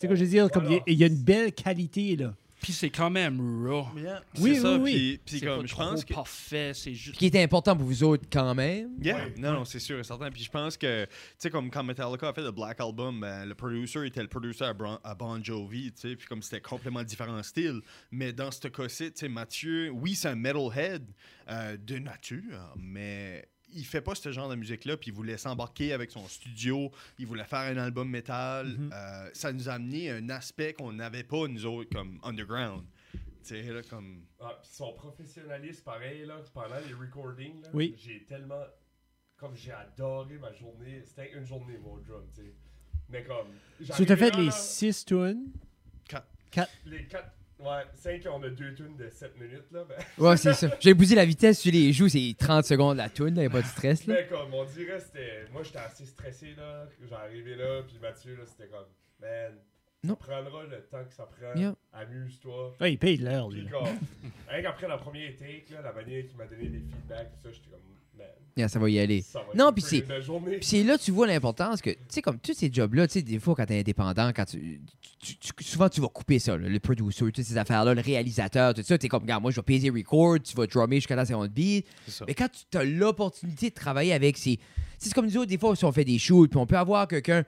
sais quoi je veux dire? Comme il y a- il y, a une belle qualité là.
Puis c'est quand même raw.
Yeah.
C'est
Oui,
ça,
oui, oui.
Puis, puis
C'est
comme
pas
je
trop
pense que.
parfait, c'est juste.
Ce qui était important pour vous autres quand même.
Yeah.
Ouais.
Non, non, c'est sûr et certain. Puis je pense que, tu sais, comme quand Metallica a fait le Black Album, ben, le producer était le producer à, Bron- à Bon Jovi, tu sais, puis comme c'était complètement différent style. Mais dans ce cas-ci, tu sais, Mathieu, oui, c'est un metalhead euh, de nature, mais il fait pas ce genre de musique-là, puis il voulait s'embarquer avec son studio, il voulait faire un album métal. Euh, ça nous a amené un aspect qu'on n'avait pas, nous autres, comme underground. Tu sais, là, comme...
Ah, puis son professionnalisme, pareil, là, pendant les recordings, là,
Oui.
j'ai tellement. Comme j'ai adoré ma journée. C'était une journée, mon drum, tu sais. Mais comme.
Tu
j'arrivais
as fait
là,
les
là,
six tunes.
Les 4. Ouais, 5 on a deux tunes de 7 minutes, là. ben, Mais,
Ouais, c'est ça. J'ai bousillé la vitesse, tu les joues, c'est 30 secondes la tune, là, y a pas de stress, là.
mais ben, comme, on dirait, c'était. Moi, j'étais assez stressé, là. J'arrivais là, puis Mathieu, là, c'était comme. Man,
Non.
ça prendra le temps que ça prend.
Yeah.
Amuse-toi.
Ah, il paye l'heure, lui.
Puis
là.
comme. Rien qu'après la première take, là, la manière qu'il m'a donné des feedbacks, tout ça, j'étais comme. Man,
Yeah, ça va y aller.
ça va
Non,
être
puis
une
c'est-
belle journée.
Puis c'est là que tu vois l'importance que, tu sais, comme tous ces jobs-là, tu sais, des fois, quand t'es indépendant, quand tu, tu- tu- souvent, tu vas couper ça, là, le producer, toutes ces affaires-là, le réalisateur, tout ça, t'es comme, regarde, moi, je vais peser record, tu vas drummer jusqu'à la seconde beat.
C'est ça.
Mais quand tu as l'opportunité de travailler avec ces... tu sais, C'est comme nous autres, des fois, si on fait des shoots, puis on peut avoir quelqu'un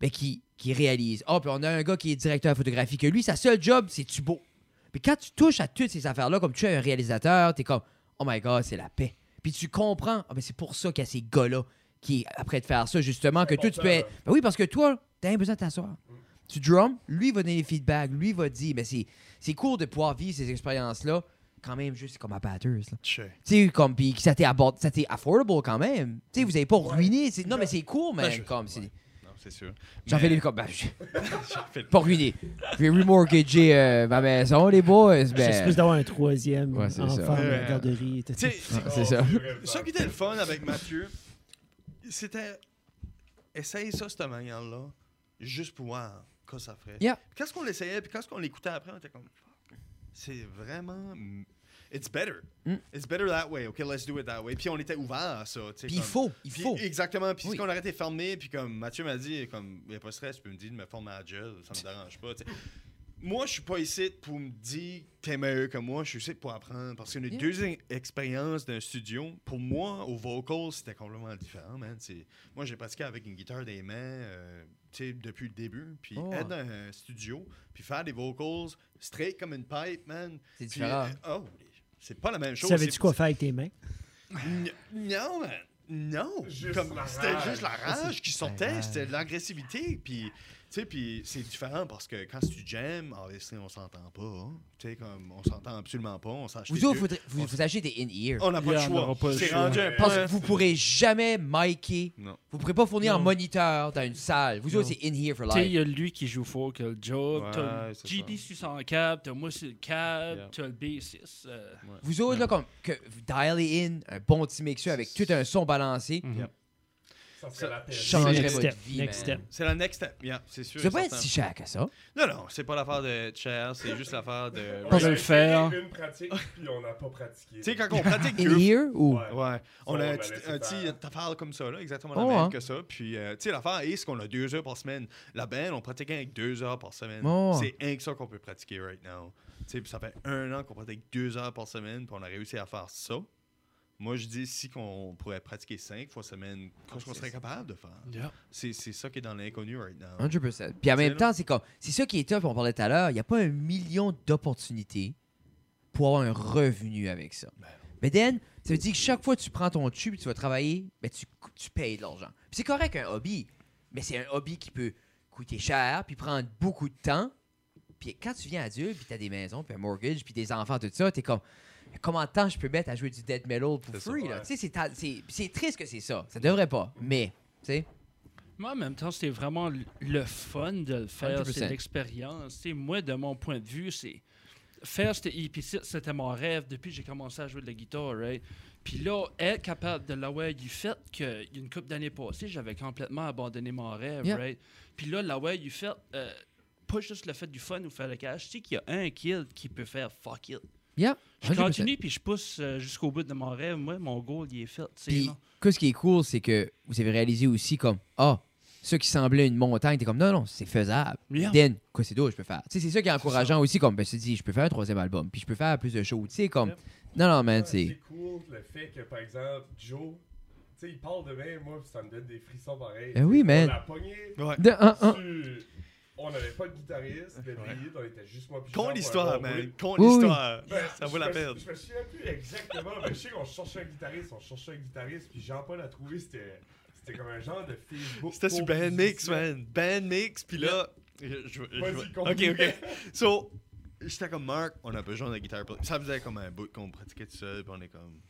ben, qui, qui réalise. Ah, puis on a un gars qui est directeur photographique, que lui, sa seule job, c'est tu beau. Puis quand tu touches à toutes ces affaires-là, comme tu es un réalisateur, t'es comme, oh my God, c'est la paix. Puis tu comprends, ah, ben, c'est pour ça qu'il y a ces gars-là qui, après de faire ça, justement, que
C'est
toi, tu peux
important,
être... Ben oui, parce que toi, t'as un besoin de t'asseoir.
Mm.
Tu drums, lui va donner les feedbacks, lui va dire, mais c'est c'est cool de pouvoir vivre ces expériences-là, quand même juste comme à batteuse. là.
Sure.
Tu sais, comme, puis que ça t'est abord- ça t'est affordable quand même. Tu sais, vous avez pas ruiné. c'est- Non, mais c'est court, mais
Ben, je-
comme, c'est.
Non, c'est sûr.
J'en
Mais-
fais les comme. ben, je-
J'en fais le-
pas ruiné. J'ai remortgagé euh, ma maison, les boys.
J'ai
Ben,
plus d'avoir un troisième
Ouais, c'est ça.
enfant à la
Euh,
garderie.
Tu sais, c'est-
c'est ça.
Ça qui était le fun avec Mathieu, c'était essaye ça cette manière-là, juste pour voir que ça ferait.
Yeah.
Qu'est-ce qu'on l'essayait, puis qu'est-ce qu'on l'écoutait après, on était comme Fuck, c'est vraiment mm, it's better,
Mm.
it's better that way. Ok, let's do it that way. Puis on était ouvert à ça. tu sais,
puis il
comme-
faut, il
puis
faut.
Exactement. Puis
Oui.
si on arrêtait fermé, puis comme Mathieu m'a dit, comme il n'y a pas de stress, tu peux me dire de me former à gel, ça me dérange pas. tu sais. Moi, je suis pas ici pour me dire t'es meilleur que moi, je suis ici pour apprendre. Parce que nos
Yeah.
deux in- expériences d'un studio, pour moi, au vocal, c'était complètement différent, man. C'est- Moi, j'ai pratiqué avec une guitare des mains euh, tu sais, depuis le début. Puis
Oh.
être dans un studio, puis faire des vocals straight comme une pipe, man.
C'est
Puis,
différent.
euh, oh, c'est pas la même
Tu
chose.
savais-tu
C'est-
quoi faire avec tes mains?
N- Non, man. Non.
Juste
Comme,
la
C'était
rage.
juste la rage qui
la
sortait,
rage.
c'était de l'agressivité. Puis, tu sais, puis c'est différent parce que quand tu jams, en wrestling, ah, on s'entend pas. hein. Tu sais, comme, on s'entend absolument pas, on s'achète.
Vous autres, faudrait- vous, vous achetez des in-ear.
On n'a pas
Yeah,
le
on n'aura
choix.
pas le
C'est
choix.
rendu un
Parce
point.
que vous pourrez jamais micer.
Non.
Vous pourrez pas fournir un
Non.
moniteur dans une salle. Vous autres,
Non.
c'est in-ear for
Tu sais, il
life.
y a lui qui joue fort, que le Job,
Ouais,
t'as le
c'est
GB
ça.
sur son cab, t'as moi sur le cab,
Yeah.
t'as le B6. euh,
Vous autres, là, comme, que vous dialez in un bon petit mixeur avec tout un son balancé,
Ça serait la paix.
changerait
Next
votre
step,
vie.
next
man.
step.
C'est la next step. Yeah, c'est sûr.
Ça
et
va être
certain.
si cher que ça.
Non, non, c'est pas l'affaire de chair, c'est juste l'affaire de.
On
Pas
a
de le
essayé
faire.
Une pratique, puis on n'a pas pratiqué.
Tu sais, quand on pratique deux
In-ear ou.
Ouais.
Ouais. On
on
a euh, un
va
petit
laisser
un petit-
faire.
une affaire comme ça, là, exactement
Oh,
la même
hein.
que ça. Puis, euh, tu sais, l'affaire est ce qu'on a deux heures par semaine. La band, on pratiquait avec deux heures par semaine.
Oh.
C'est un que ça qu'on peut pratiquer right now. Tu sais, puis ça fait un an qu'on pratique deux heures par semaine, puis on a réussi à faire ça. Moi, je dis, si qu'on pourrait pratiquer cinq fois semaine, qu'est-ce
Ah,
qu'on serait capable de faire?
yeah.
C'est c'est ça qui est dans l'inconnu right now.
100%. Puis en même
C'est
temps, c'est comme. C'est ça qui est top, on parlait tout à l'heure. Il n'y a pas un million d'opportunités pour avoir un revenu avec ça.
Ben
Mais then, ça veut dire que chaque fois que tu prends ton tube tu vas travailler, ben tu, tu payes de l'argent. Puis c'est correct un hobby, mais c'est un hobby qui peut coûter cher, puis prendre beaucoup de temps. Puis quand tu viens adulte, puis tu as des maisons, puis un mortgage, puis des enfants, tout ça, t'es comme. Mais comment de temps je peux mettre à jouer du dead metal pour
C'est ça,
free,
ouais.
là? Tu sais, c'est ta- c'est- c'est triste que c'est ça. Ça devrait pas, mais, tu sais,
Moi, en même temps, c'était vraiment l- le fun de le faire. C'est
100%.
l'expérience. Tu sais, Moi, de mon point de vue, c'est. Faire cette EP6, c'était mon rêve depuis que j'ai commencé à jouer de la guitare, right? Puis là, être capable de l'avoir du fait qu'il y a une couple d'années passées, j'avais complètement abandonné mon rêve,
Yeah.
right? Puis là, l'avoir du fait, euh, pas juste le fait du fun ou faire le cash, tu sais qu'il y a un kid qui peut faire fuck it.
yeah.
Je
100%.
continue, puis je pousse euh, jusqu'au bout de mon rêve. Moi, mon goal, il est fait, tu sais.
Puis,
là.
que ce qui est cool, c'est que vous avez réalisé aussi comme, ah, ce qui semblait une montagne, t'es comme, non, non, c'est faisable.
Yeah.
Den, quoi c'est d'autre, je peux faire. Tu sais, c'est ça qui est encourageant aussi, comme, ben, tu te dis, je peux faire un troisième album, puis je peux faire plus de shows, tu sais, comme,
Yep.
non, non, man, tu
C'est
sais.
cool le fait que, par exemple, Joe, tu sais, il parle de même, moi, ça me donne des frissons pareils.
Ben oui, man.
On l'a pogné.
Ouais.
De un, un.
sur- On n'avait pas de guitariste, le lead, on était juste moi puis Jean
Con
pour un
l'histoire,
bon
man.
bout.
Con
Oui, oui.
l'histoire.
Ben,
Ça
je
vaut la
me-
peine.
Je me souviens plus exactement, mais je sais qu'on cherchait un guitariste, on cherchait un guitariste, puis Jean-Paul a trouvé, c'était c'était comme un genre de Facebook.
C'était
pour
sur Band Mix,
musiciens.
man. Band Mix, puis là. je- je- je-
Vas-y, continue.
ok, ok. So, j'étais comme Marc, on a besoin de guitare. pour- Ça faisait comme un bout qu'on pratiquait tout seul, puis on est comme,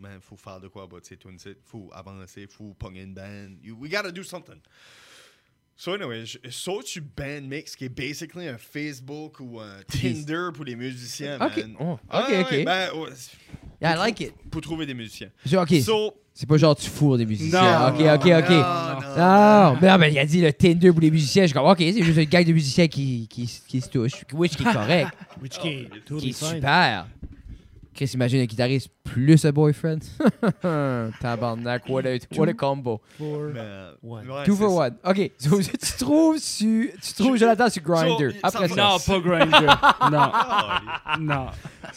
man, faut faire de quoi à ces tunes faut avancer, faut pogner une band. You- we gotta do something. So, anyway, je saute sur Band Mix, qui est basically un Facebook ou un Tinder pour les musiciens,
Ok,
man.
oh,
Ah,
ok,
ouais,
ok.
ben, ouais, c'est-
Yeah, I like it.
pour trouver des musiciens.
Je- Ok,
So,
c'est pas genre tu fourres des musiciens.
Non,
ok, ok, ok.
non, non.
Non, mais non, mais il a dit le Tinder pour les musiciens. Je suis comme, ok, c'est juste une gang de musiciens qui, qui, qui se touchent. Which qui est correct,
Which qui est
qui
totally
est
fine.
super. Chris, imagine un guitariste plus un boyfriend. Tabarnak, what a, what a combo.
Four.
mais-
One.
ben, ouais,
Two
c'est
for
ça.
one. Ok, so, tu trouves, sur, tu trouves Jonathan sur Grindr.
So,
Après
ça-
ça,
Non, pas Grindr. non,
Ah,
non.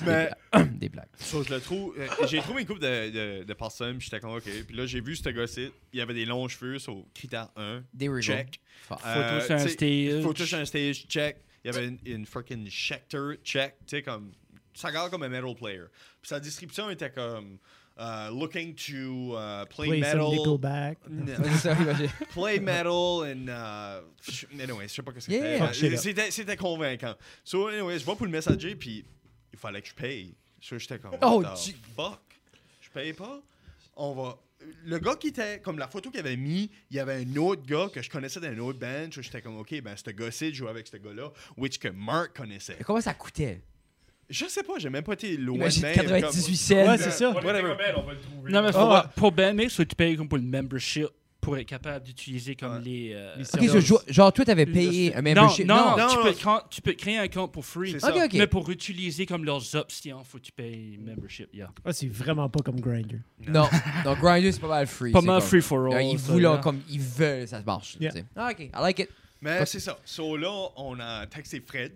mais-
des blagues.
So, je le trouve. euh, j'ai trouvé une couple de, de, de personnes, puis j'étais comme, OK. Puis là, j'ai vu ce gars-ci. Il avait des longs cheveux, sur critère 1.
There we go. euh,
Check. Euh,
Fuck.
Photo sur un
tu sais,
stage.
Photo sur un stage, check. Il y avait une, une fucking Schecter, check. Tu sais, comme. Ça regarde comme un metal player. Puis sa description était comme. euh, looking to euh, play,
Play some
metal.
Nickelback.
Non.
C'est ça, imagine.
play metal and uh, je- anyway, je sais pas que
Yeah.
c'était.
Fuck
shit
Euh,
up.
C'était c'était convaincant. So anyway, je vais pour le messager puis il fallait que je paye. So j'étais comme
Oh,
what the
gee.
fuck. Je paye pas. On va le gars qui était comme la photo qu'il avait mis, il y avait un autre gars que je connaissais d'un autre band, So, j'étais comme OK, ben ce gars-ci jouait avec ce gars-là which que Mark connaissait.
Mais Comment ça coûtait?
Je sais pas, j'ai même pas été loin
Imagine
de même,
98
comme-
cents.
Ouais, c'est ça.
On était
Whatever.
comme elle, on va le trouver.
Non, mais faut
Ah ouais.
voir, pour BMX, faut que tu payes comme pour le membership pour être capable d'utiliser comme
Ouais.
les. euh,
Les
Ok,
services.
so, jo- genre, toi, t'avais
les-
payé un
non,
membership.
Non,
Non,
tu,
non.
Peux, cran- tu peux créer un compte pour free.
C'est ça.
Ok, ok.
Mais pour utiliser comme leurs options, faut que tu payes membership. Yeah.
Ah, c'est vraiment pas comme Grindr.
Non, donc Grindr, c'est pas mal free.
Pas
c'est
mal
comme-
free for all.
Ils
ça,
voulaient,
là.
comme ils veulent, ça se marche. tu
Yeah.
sais. Ah, ok, I like it.
Mais
Pas-
c'est ça. So là, on a texté Fred.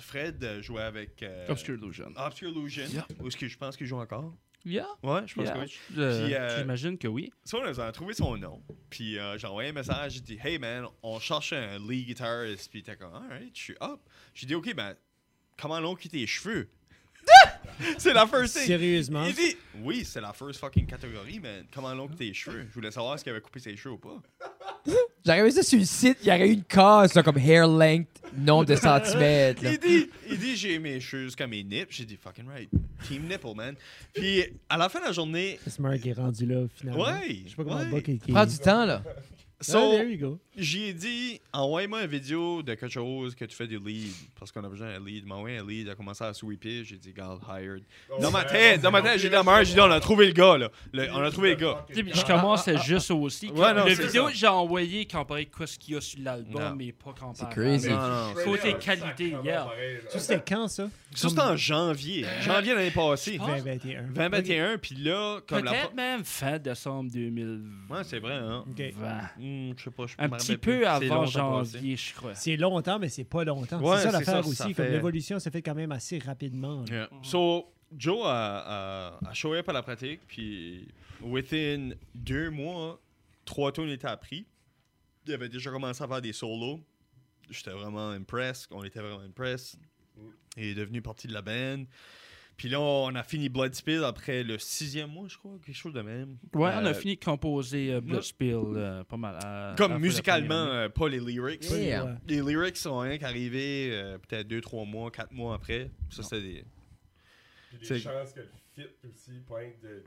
Fred euh, jouait avec euh,
Obscure Illusion.
Obscure Illusion. Où est-ce que je pense qu'il joue encore?
Yeah.
Ouais, je pense
yeah.
que oui.
Euh,
Puis, euh,
J'imagine que oui.
Ça, on a trouvé son nom. Puis euh, j'ai envoyé un message, j'ai dit Hey man, on cherche un lead guitarist. Puis il était comme Alright, je suis up. J'ai dit Ok, ben, comment l'ont quitté tes cheveux C'est la first thing.
Sérieusement.
Il dit Oui, c'est la first fucking catégorie, man. Comment l'ont quitté tes cheveux Je voulais savoir s'il avait coupé ses cheveux ou pas.
J'aurais mis ça sur le site, il y aurait eu une case, là, comme hair length, nombre de centimètres. là.
Il dit, il dit j'ai mes cheveux jusqu'à mes nippes. J'ai dit fucking right. Team nipple, man. Puis à la fin de la journée,
C'est Mark qui est rendu là, finalement.
Ouais,
Je sais pas comment
ouais.
le Buck est.
Prends du temps, là.
So,
so,
there you go.
j'ai dit envoie-moi une vidéo de quelque chose que tu fais du lead. Parce qu'on a besoin d'un lead. Il m'a envoyé un lead, il a commencé à sweeper. J'ai dit God, hired.
Oh,
Dans ma
ouais.
tête, dans ma tête, j'ai dit à Marc, j'ai dit on a trouvé le gars, là. Le- on a trouvé le gars.
Tu sais, puis Je commence à juste aussi.
ah, Ouais, non,
le
c'est
vidéo
ça.
que j'ai envoyé comparé à ce qu'il y a sur l'album,
Non.
mais pas comparé.
crazy.
Non, non.
Côté qualité, yeah.
Ça, c'était quand, ça?
Ça, c'était en janvier. Janvier l'année passée.
2021.
2021, puis là, comme la.
Peut-être même fin décembre 2020.
Ouais, c'est vrai, hein.
OK.
Hmm, je sais pas, je
Un
me
petit
rappelle plus.
peu
C'est
avant
longtemps passé.
janvier, je crois.
C'est longtemps, mais c'est pas longtemps.
Ouais,
c'est ça
c'est ça,
l'affaire
ça
aussi. comme
fait-
L'évolution s'est fait quand même assez rapidement. là.
Yeah. Mhm. So, Joe a, a, a show up à la pratique, puis within deux mois, trois tunes étaient appris. Il avait déjà commencé à faire des solos. J'étais vraiment impressed. On était vraiment impressed. Il est devenu partie de la band. Puis là, on a fini Bloodspill après le sixième mois, je crois, quelque chose de même.
Ouais, on a
Euh,
fini de composer euh, Bloodspill euh, pas mal. à-
Comme
après la
musicalement,
première.
euh, pas les lyrics.
Yeah.
Ouais.
Les lyrics sont rien qu'arrivés euh, peut-être deux, trois mois, quatre mois après. Ça, c'était des.
Puis
C'est-
les chances que le fit aussi pointe de.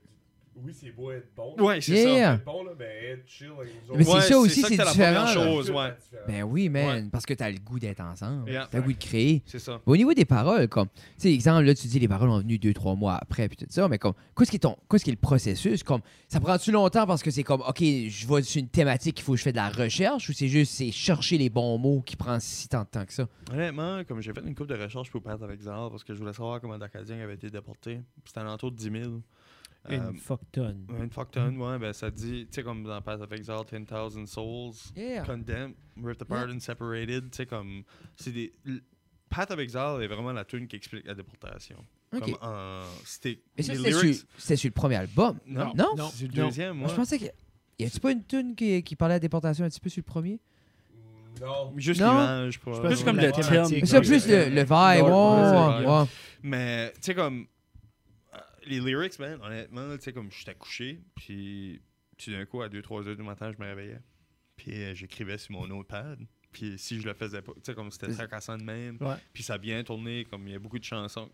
Oui, c'est beau être bon.
Ouais, c'est
Yeah.
ça.
Être bon, là, mais être chill avec nous autres.
Mais c'est
Ouais,
ça aussi, c'est
que la
différent,
première
là.
chose, ouais.
Ben oui, man, parce que t'as le goût d'être ensemble.
Yeah.
T'as le goût de créer.
C'est ça.
Au niveau des paroles, comme, tu sais, exemple, là, tu dis les paroles sont venues deux, trois mois après, puis tout ça, mais comme, qu'est-ce qui est, ton, qu'est-ce qui est le processus? Comme, ça prend-tu longtemps parce que c'est comme, OK, je vois sur une thématique, il faut que je fasse de la recherche, ou c'est juste, c'est chercher les bons mots qui prend si tant de temps que ça?
Honnêtement, comme j'ai fait une coupe de recherche pour Pat Alexandre parce que je voulais savoir comment l'Acadien avait été déporté. C'était à l'entour de 10 000. Euh,
Une fuck tonne.
Une fuckton, ouais, ben ça dit, tu sais, comme dans Path of Exile, 10,000 souls,
Yeah.
condemned, ripped apart and separated, tu sais, comme. C'est des. l- Path of Exile est vraiment la tune qui explique la déportation.
OK.
Comme en. C'était.
Et ça,
les
c'était
lyrics-
sur, c'était sur le premier album?
Non.
Non?
Non.
C'est le deuxième,
Moi,
moi.
je pensais que. Y a-tu pas une tune qui, qui parlait de la déportation un petit peu sur le premier?
Non.
Juste
Non.
l'image, pas.
pense
Plus
que
comme
la
le terme.
thématique,
Mais c'est
oui.
plus le, le vibe, ouais,
ouais,
ouais,
c'est
ouais.
Mais, tu sais, comme. euh, Les lyrics, man, honnêtement, tu sais, comme j'étais couché, puis tout d'un coup, à 2-3 heures du matin, je me réveillais. Puis euh, j'écrivais sur mon notepad. Puis si je le faisais pas, tu sais, comme c'était fracassant de même.
Ouais.
Puis ça a bien tourné, comme il y a beaucoup de chansons.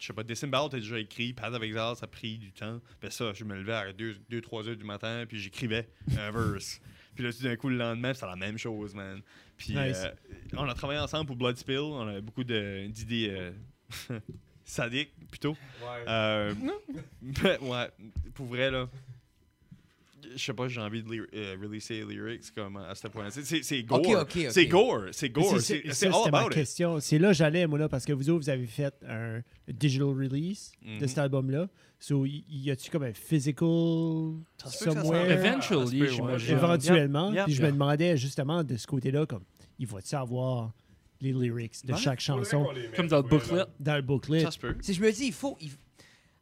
Je sais pas, Destiny Battle, t'as déjà écrit, Pad avec Zaz, ça a pris du temps. Ben ça, je me levais à 2-3 heures du matin, puis j'écrivais un verse. Puis là, tout d'un coup, le lendemain, c'est la même chose, man. Puis
Nice.
euh, on a travaillé ensemble pour Blood Spill, on a beaucoup de- d'idées euh, sadiques, plutôt.
Ouais.
Euh, ben, ouais, pour vrai, là. Je sais pas, j'ai envie de lyri- euh, releaser les lyrics comme à ce point-là. C'est- C'est c'est gore.
Ok, ok, ok.
C'est gore. C'est
Mais
gore.
c'est-
C'est
c'est-
c'est
ça,
all
C'était ma
about it.
question. C'est là que j'allais, moi, là, parce que vous autres, vous avez fait un digital release
Mhm.
de cet album-là. So, y, y a-tu comme un physical
Ça se peut que ça s'en
somewhere?
aille. Ça se peut,
Eventually,
ouais.
j'imagine.
éventuellement?
Yeah.
Puis je
Yeah.
me demandais justement de ce côté-là, comme, il va-tu avoir les lyrics de
Ouais.
chaque chanson
Faudrait qu'on les mette,
Comme dans le
faudrait,
booklet.
là.
dans le booklet?
Ça se peut.
Si je me dis, il faut. il-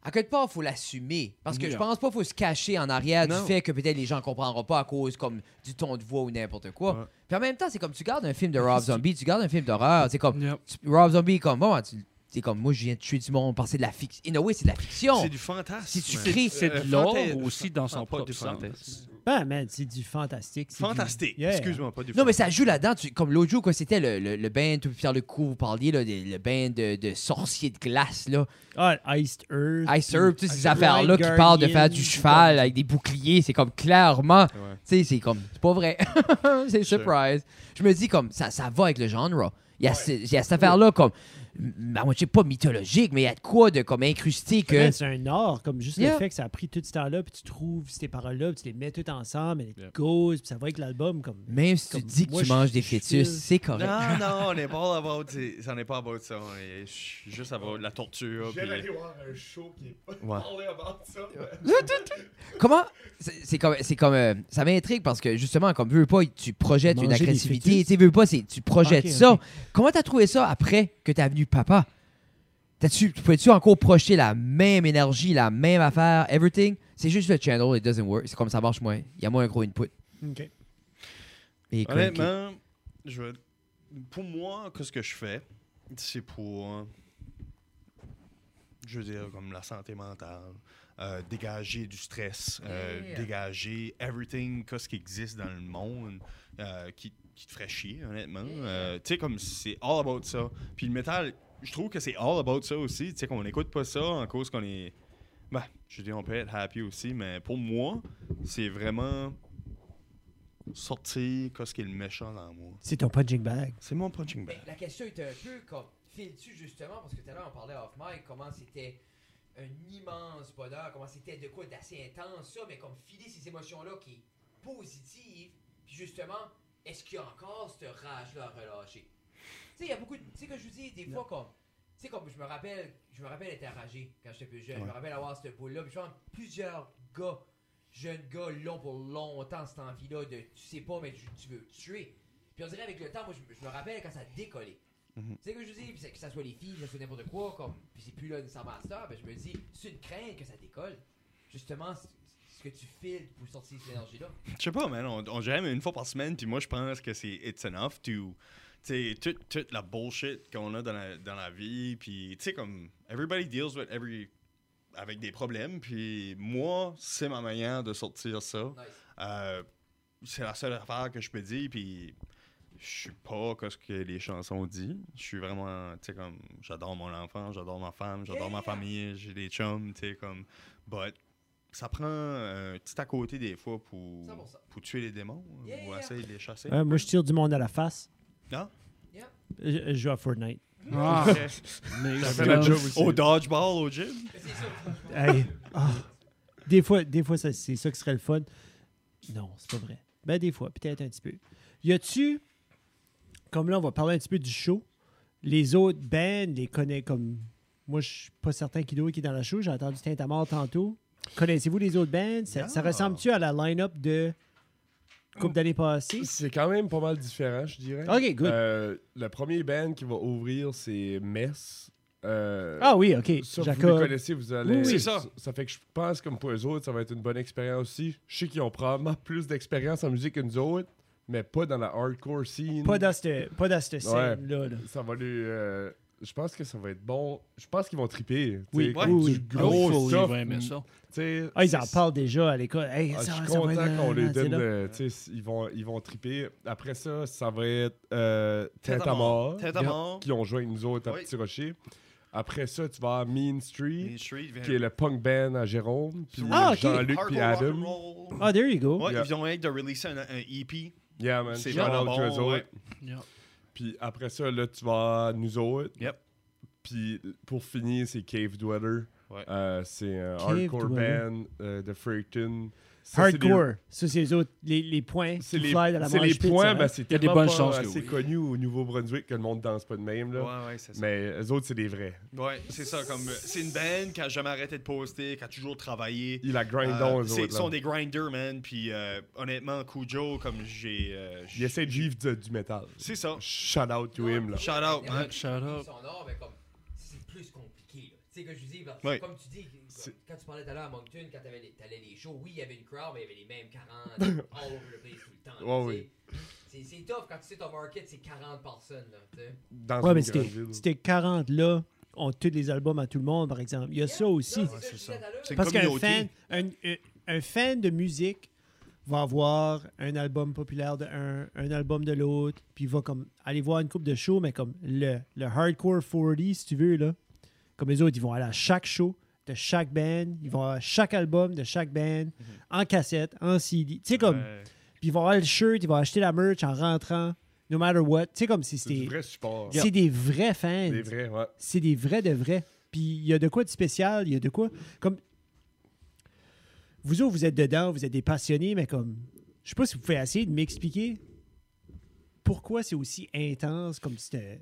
À quelque part, il faut l'assumer. Parce que je
Yeah.
pense pas qu'il faut se cacher en arrière
Non.
du fait que peut-être les gens comprendront pas à cause comme du ton de voix ou n'importe quoi.
Ouais.
Puis en même temps, c'est comme tu gardes un film de Rob Zombie, tu gardes un film d'horreur. C'est comme.
Yep.
tu- Rob Zombie, comme. Bon, tu- c'est comme moi, je viens de tuer du monde parce que c'est de la fiction. In a way, c'est de la fiction.
C'est du fantasme.
Si tu
man.
crées-
C'est
Euh,
de l'or
fanta-
aussi dans
Ah,
son
pas
propre
du
sens.
fantasme.
Ah, man, c'est du fantastique. c'est du-
Fantastique.
Yeah.
Excuse-moi, pas du
Non, mais
fantasme.
ça joue là-dedans. Tu- Comme l'autre jour, quoi, c'était le, le, le band, tout Pierre le coup, vous parliez, là, des- le band de, de sorciers de glace, là.
Ah, Iced Earth.
Ice Herb, toutes ces
Ice Herb,
affaires-là qui
Blind
parlent de faire
Guardian,
du
tout
cheval
comme-
avec des boucliers, c'est comme clairement
Ouais.
Tu sais, c'est comme, c'est pas vrai. c'est
Sure.
surprise. Je me dis comme, ça, ça va avec le genre. Il y a, ce- il y a cette affaire-là comme, ben, m- à moitié pas mythologique, mais il y a de quoi de comme incrusté que.
Ah, Man, C'est un art, comme juste
Yeah.
le fait que ça a pris tout ce temps-là, puis tu trouves ces paroles-là, puis tu les mets toutes ensemble, et les
Yep.
causes, puis ça va avec l'album. comme
Même si tu
Comme
dis que
moi,
tu
je-
manges des
je
fœtus,
file.
c'est correct.
Non, non, on n'est pas about it. Ça n'est pas about ça. On est ch- juste about la torture.
J'aime aller
Puis...
voir un show qui est pas
Ouais.
parlé avant ça.
Comment c'est c'est comme c'est comme euh, ça m'intrigue parce que justement comme veux pas tu projettes une
Manger des
agressivité,
fœtus.
tu sais, veux pas c'est tu projettes
Ok,
ça.
ok.
Comment t'as trouvé ça après que t'es venu papa T'as-tu tu pouvais-tu encore projeter la même énergie, la même affaire, everything C'est juste le channel it doesn't work, c'est comme ça marche moins. Il y a moins un gros input.
OK.
Et comme-
Honnêtement, Euh, je vais- pour moi, qu'est-ce que je fais C'est pour. euh, Je veux dire, comme la santé mentale, euh, dégager du stress, euh,
Yeah.
dégager everything, qu'est-ce qui existe dans le monde euh, qui, qui te ferait chier, honnêtement. Euh, tu sais, comme c'est all about ça. Puis le métal, je trouve que c'est all about ça aussi. Tu sais, qu'on n'écoute pas ça en cause qu'on est. Ben, je dis, on peut être happy aussi, mais pour moi, c'est vraiment sortir qu'est-ce qui est le méchant dans moi.
C'est ton punching bag.
C'est mon punching bag.
Mais Ben, la question était un peu comme files-tu justement, parce que tout à l'heure on parlait off mic, comment c'était un immense bonheur, comment c'était de quoi d'assez intense, ça, mais comme filer ces émotions-là qui est positive, puis justement, est-ce qu'il y a encore cette rage-là à relâcher? Tu sais, il y a beaucoup de. Tu sais, que je vous dis, des fois, comme. Tu sais, comme je me rappelle, je me rappelle être enragé quand j'étais plus jeune. Je me rappelle avoir cette boule-là. Puis je vois plusieurs gars, jeunes gars, longs pour longtemps, cette envie-là de tu sais pas, mais tu, tu veux tuer. Puis on dirait avec le temps, moi, je, me- je me rappelle quand ça a décollé.
Mhm.
Tu sais, que je vous dis, puis c'est- que ça soit les filles, que ça soit n'importe quoi, comme. Puis c'est plus là nécessairement ça, ben je me dis, c'est une crainte que ça décolle. Justement, c- ce que tu files pour sortir cette énergie-là.
Je sais pas, man. On, on jam une fois par semaine, puis moi, je pense que c'est it's enough to. Tu sais, toute toute la bullshit qu'on a dans la, dans la vie, puis tu sais, comme. Everybody deals with every. avec des problèmes, puis moi, c'est ma manière de sortir ça.
Nice.
Euh, c'est la seule affaire que je peux dire, puis je suis pas que ce que les chansons disent. Je suis vraiment, tu sais, comme, j'adore mon enfant, j'adore ma femme, j'adore ma famille, j'ai des chums, tu sais, comme, but ça prend euh, un petit à côté des fois pour,
100%.
pour tuer les démons euh, ou
Yeah.
essayer de les chasser.
Hein?
Ouais, Ah, moi, je tire du monde à la face.
Ah.
Je, je joue à Fortnite.
Ah, mais
Ça fait la job aussi.
Au dodgeball, au gym.
Hey, ah. Des fois, des fois ça- c'est ça qui serait le fun. Non, c'est pas vrai. Ben, des fois, peut-être un petit peu. Y a-tu, comme là, on va parler un petit peu du show, les autres bands, les connaît comme. Moi, je suis pas certain qu'Ido qui est dans la show. J'ai entendu Tintamar tantôt. Connaissez-vous les autres bands? Ça, ça
Non.
ressemble-tu à la line-up de
Oh.
Coupe d'année passée?
C'est quand même pas mal différent, je dirais.
Ok, good.
Euh, le premier band qui va ouvrir, c'est Mess. Euh,
Ah oui, ok.
Ça, vous les
Jacob.
connaissez, vous allez.
Oui, oui.
C'est ça.
fait que je pense, comme pour eux autres, ça va être une bonne expérience aussi. Je sais qu'ils ont probablement plus d'expérience en musique que nous autres, mais pas dans la hardcore scene.
Pas dans cette, pas dans cette
Ouais.
scène-là. là.
Ça va lui. euh, je pense que ça va être bon. Je pense qu'ils vont triper. tu
Oui,
sais,
oui,
comme
oui.
du gros
il
stuff.
va aimer ça.
tu sais,
Ah, ils en
c'est-
parlent déjà à l'école. Hey,
Ah, je
ça,
suis
ça va être
content
là,
qu'on
là,
les
c'est
donne.
là.
euh, tu sais, ils, vont, ils vont triper. Après ça, ça va être euh, Tête à mort.
Tête à mort.
Qui ont joué avec nous autres à
Oui.
Petit Rocher. Après ça, tu vas à Mean Street,
Main Street,
qui est le punk band à Jérôme. Puis
Ah, ok.
Jean-Luc puis
Hardcore
Adam.
rock and roll.
Ah, there you go.
Ouais,
Yeah.
ils ont hâte de releaser un, E un EP.
Yeah, man.
C'est
Shout out
vraiment
to eux
bon,
autres.
ouais.
Yeah.
Puis après ça, là, tu vas à nous autres.
Yep.
Puis pour finir, c'est Cave Dweller.
Ouais.
Euh, c'est un
Cave
hardcore
Dweller.
band euh, de Fredericton. Ça, c'est des-
Hardcore. Ça, c'est les autres, les, les points.
C'est
qui
les,
fly dans la
c'est
manche
les
pit, ça,
points,
hein?
ben, c'est
y a des
tellement
bonnes
pas
chances que
assez
oui.
connu au Nouveau-Brunswick que le monde danse pas de même. Là.
Ouais, ouais, c'est ça.
Mais eux autres, c'est des vrais.
Ouais, c'est ça. Comme, euh, c'est une band qui a jamais arrêté de poster, qui a toujours travaillé.
Il a grind
Euh,
on, eux
c'est-
autres.
sont
là.
des grinders, man. Puis euh, honnêtement, Kujo, comme j'ai. euh,
Il essaie de vivre du, du métal.
C'est ça.
Shout out to him. Là.
Shout out, man.
Shut up.
sonore, mais comme, c'est plus compliqué. là. Tu sais, que je vous dis, parce que
Ouais.
comme tu dis, comme-
C'est-
quand tu parlais tout à l'heure à Moncton, quand t'avais les- t'allais les shows, oui, il y avait une crowd, mais il y avait les mêmes 40 all over the place tout le temps. là,
Ouais,
tu sais. C'est c'est tough quand tu sais ton market, c'est 40 personnes. Là, tu sais.
Dans
Ouais,
une
mais
grande
c'était
ville.
c'était 40 là, ont tous les albums à tout le monde, par exemple. Il y a ça aussi.
Non, c'est ça.
C'est
Parce
une
qu'un
communauté.
fan, un, un- un fan de musique va avoir un album populaire de un, un album de l'autre, puis va comme aller voir une coupe de show, mais comme le, le hardcore 40, si tu veux, là, comme les autres, ils vont aller à chaque show de chaque band, ils vont à chaque album de chaque
Mhm.
band, en cassette, en CD. Tu sais, comme,
Ouais.
puis ils vont avoir le shirt, ils vont acheter la merch en rentrant, no matter what. Tu sais, comme si
C'est du
c'était.
vrai support.
C'est des vrais fans
Des vrais, ouais.
c'est des vrais de vrais. Puis il y a de quoi de spécial, il y a de quoi. Comme. Vous autres, vous êtes dedans, vous êtes des passionnés, mais comme. Je sais pas si vous pouvez essayer de m'expliquer pourquoi c'est aussi intense comme cette,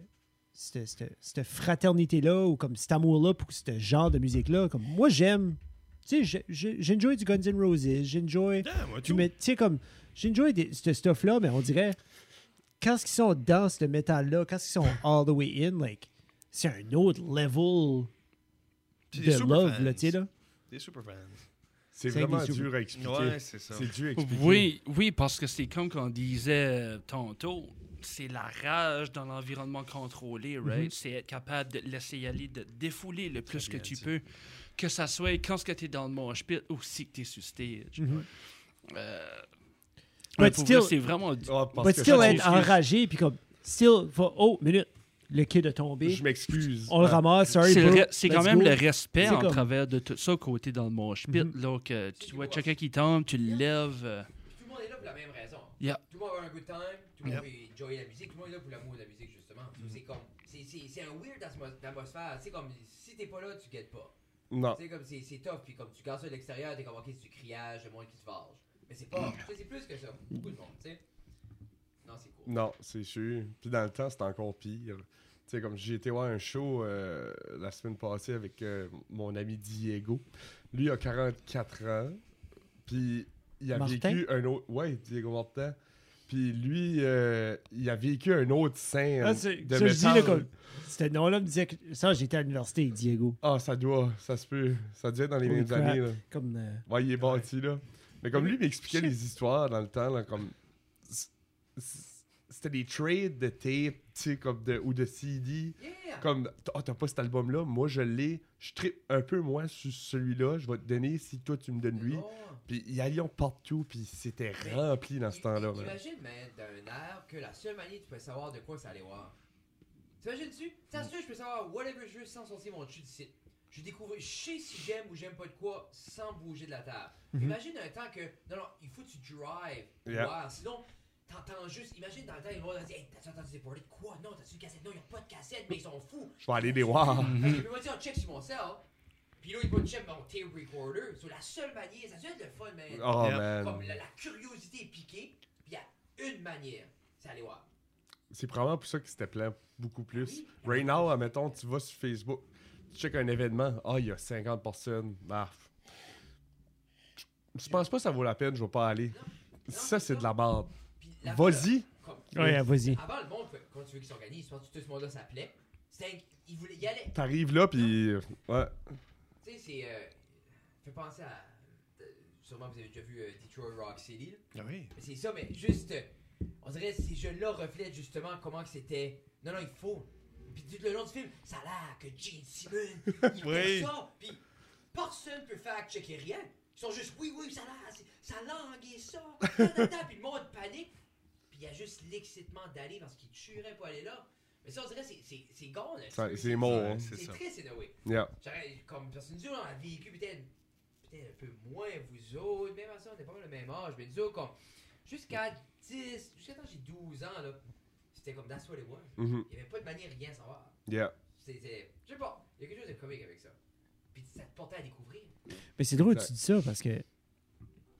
cette, cette- cette fraternité-là ou comme cet amour-là pour ce genre de musique-là. Comme moi, j'aime. Tu sais, j'ai- j'ai- j'enjoy du Guns N' Roses, j'enjoy.
Yeah, moi,
Tu
tout.
mets- tu sais, comme, j'ai enjoyé des- ce stuff-là, mais on dirait, quand ils sont dans ce métal-là, quand ils sont all the way in, like, c'est un autre level
C'est
de
des super
love,
fans.
là, tu sais, là.
Des super fans.
C'est
C'est avec
vraiment
des sous-
dur à expliquer.
Ouais, c'est ça.
C'est dur à expliquer.
Oui, oui, parce que c'est comme qu'on disait euh, tantôt, c'est la rage dans l'environnement contrôlé,
Mhm.
right? C'est être capable de laisser aller, de défouler le plus que
bien
tu
dit.
peux, que ça soit quand ce que tu es dans le mosh pit ou si tu es sur stage. Euh,
But
mais pour
Mhm. still-
vrai, c'est vraiment du-
Ah, parce
But
que
still
ça,
être enragé, puis comme, still, va, oh, minute, le kid a tombé,
Je m'excuse. Ah,
on le ramasse, sorry,
C'est le
bro,
re- c'est
let's
quand même
go. Mhm.
le respect
C'est
en
comme-
travers de tout ça côté dans le mosh pit, là, que tu vois quelqu'un qui tombe, tu le lèves. euh,
Tout le monde est là pour la même raison.
Yeah.
Tout le monde a un good time, tout le monde veut enjoyer la musique, tout le monde est là pour l'amour de la musique, justement.
Mm.
So, C'est comme, c'est- c'est c'est un weird atmo- atmosphère. C'est comme, si t'es pas là, tu guettes pas.
Non.
Tu sais, comme c'est c'est tough, puis comme tu gardes ça de l'extérieur, t'es comme, ok, c'est du criage, le monde qui se venge. Mais c'est
Mm.
pas, tu sais, c'est plus que ça. Beaucoup de monde, tu sais. Non, c'est cool.
Non, c'est sûr. Puis dans le temps, c'était encore pire. Tu sais, comme j'ai été voir un show euh, la semaine passée avec euh, mon ami Diego. Lui, il a 44 ans. Puis il a
Martin?
vécu un autre. Ouais, Diego Martin. Puis lui, euh, il a vécu un autre scène.
Ah, c'est-
de
ça, je dis, là,
métal.
comme, c'était non-là me disait que, ça, j'étais à l'université, Diego,
Ah, ça doit, ça se peut. Ça devait être dans les
Holy
mêmes
crap.
années. Là.
comme, euh,
Ouais, il est bâti, là. Mais comme lui, il m'expliquait
Shit.
les histoires dans le temps, là, comme. c- c- C'était des trades de tape, tu sais, comme de, ou de CD.
Yeah!
Mm. Comme, t- ah, t'as pas cet album-là, moi je l'ai, je tripe un peu moins sur celui-là, je vais te donner si toi tu me donnes lui.
Oh.
Puis ils allaient partout, puis c'était
Mais-
rempli dans ce
I-
temps-là.
i-
man.
Imagine, man, d'un air que la seule manière que tu peux savoir de quoi ça allait voir. T'imagines-tu?
Mm.
Ça se peut, je peux savoir whatever je veux sans sortir mon dessus du site. Je découvre, je sais si j'aime ou j'aime pas de quoi sans bouger de la table. Imagine un temps que, non, non, il faut que tu drives.
Mm-hmm. Yeah.
Wow, sinon, t'entends juste, imagine dans le temps, ils vont dire, hey, t'as-tu entendu des parties de quoi? Non, t'as-tu une cassette? Non, ils ont pas de cassette, mais ils sont fous.
Je vais aller les voir. Mm-hmm.
Parce que moi, on check sur mon cell. Puis là, il va check mon tape recorder. C'est la seule manière, ça doit être le fun, man.
Oh
Yeah.
man.
Comme la, la curiosité est piquée, puis il y a une manière, c'est aller voir.
C'est probablement pour ça que c'était plein beaucoup plus.
Oui.
Right now, admettons, tu vas sur Facebook, tu checkes un événement, ah, il y a 50 personnes. Bah. Je pense pas que ça vaut la peine, je vais pas aller. Ça, c'est de la merde.
Puis la-
Vas-y.
comme-
Ouais, vas-y.
Avant le monde, quand tu veux qu'ils s'organisent, quand tout ce monde-là s'appelait, c'était inc- ils voulaient y aller.
T'arrives là, puis. Ouais.
Tu sais, c'est. Euh, fait penser à. euh, Sûrement, vous avez déjà vu euh, Detroit Rock City. là.
Ah Oui.
Mais C'est ça, mais juste. euh, On dirait que ces jeunes-là reflètent justement comment que c'était. Non, non, il faut. Puis tout le long du film, ça a l'air que Gene Simmons, il
Oui.
fait ça. Puis personne peut fact-checker rien. Ils sont juste, oui, oui, ça a l'air, c'est- ça langue et ça. da, da, da. Puis le monde panique. Puis il y a juste l'excitement d'aller parce qu'ils tueraient pour aller là. Mais ça, on dirait, c'est- c'est c'est gone. là.
Ça- C'est mort.
Ouais,
hein.
c'est
C'est
ça.
triste, c'est Noé.
Yeah.
J'aurais, comme personne nous, on a vécu peut-être peut-être un peu moins vous autres, même à ça, on est pas mal le même âge, mais nous autres, comme, jusqu'à 10, jusqu'à quand j'ai 12 ans, là, c'était comme that's what it was.
Mhm.
Il y avait pas de manière de rien savoir.
Yeah.
C'était, je sais pas, il y a quelque chose de comique avec ça. Puis ça te portait à découvrir.
Mais c'est drôle que
Ouais.
tu dis ça parce que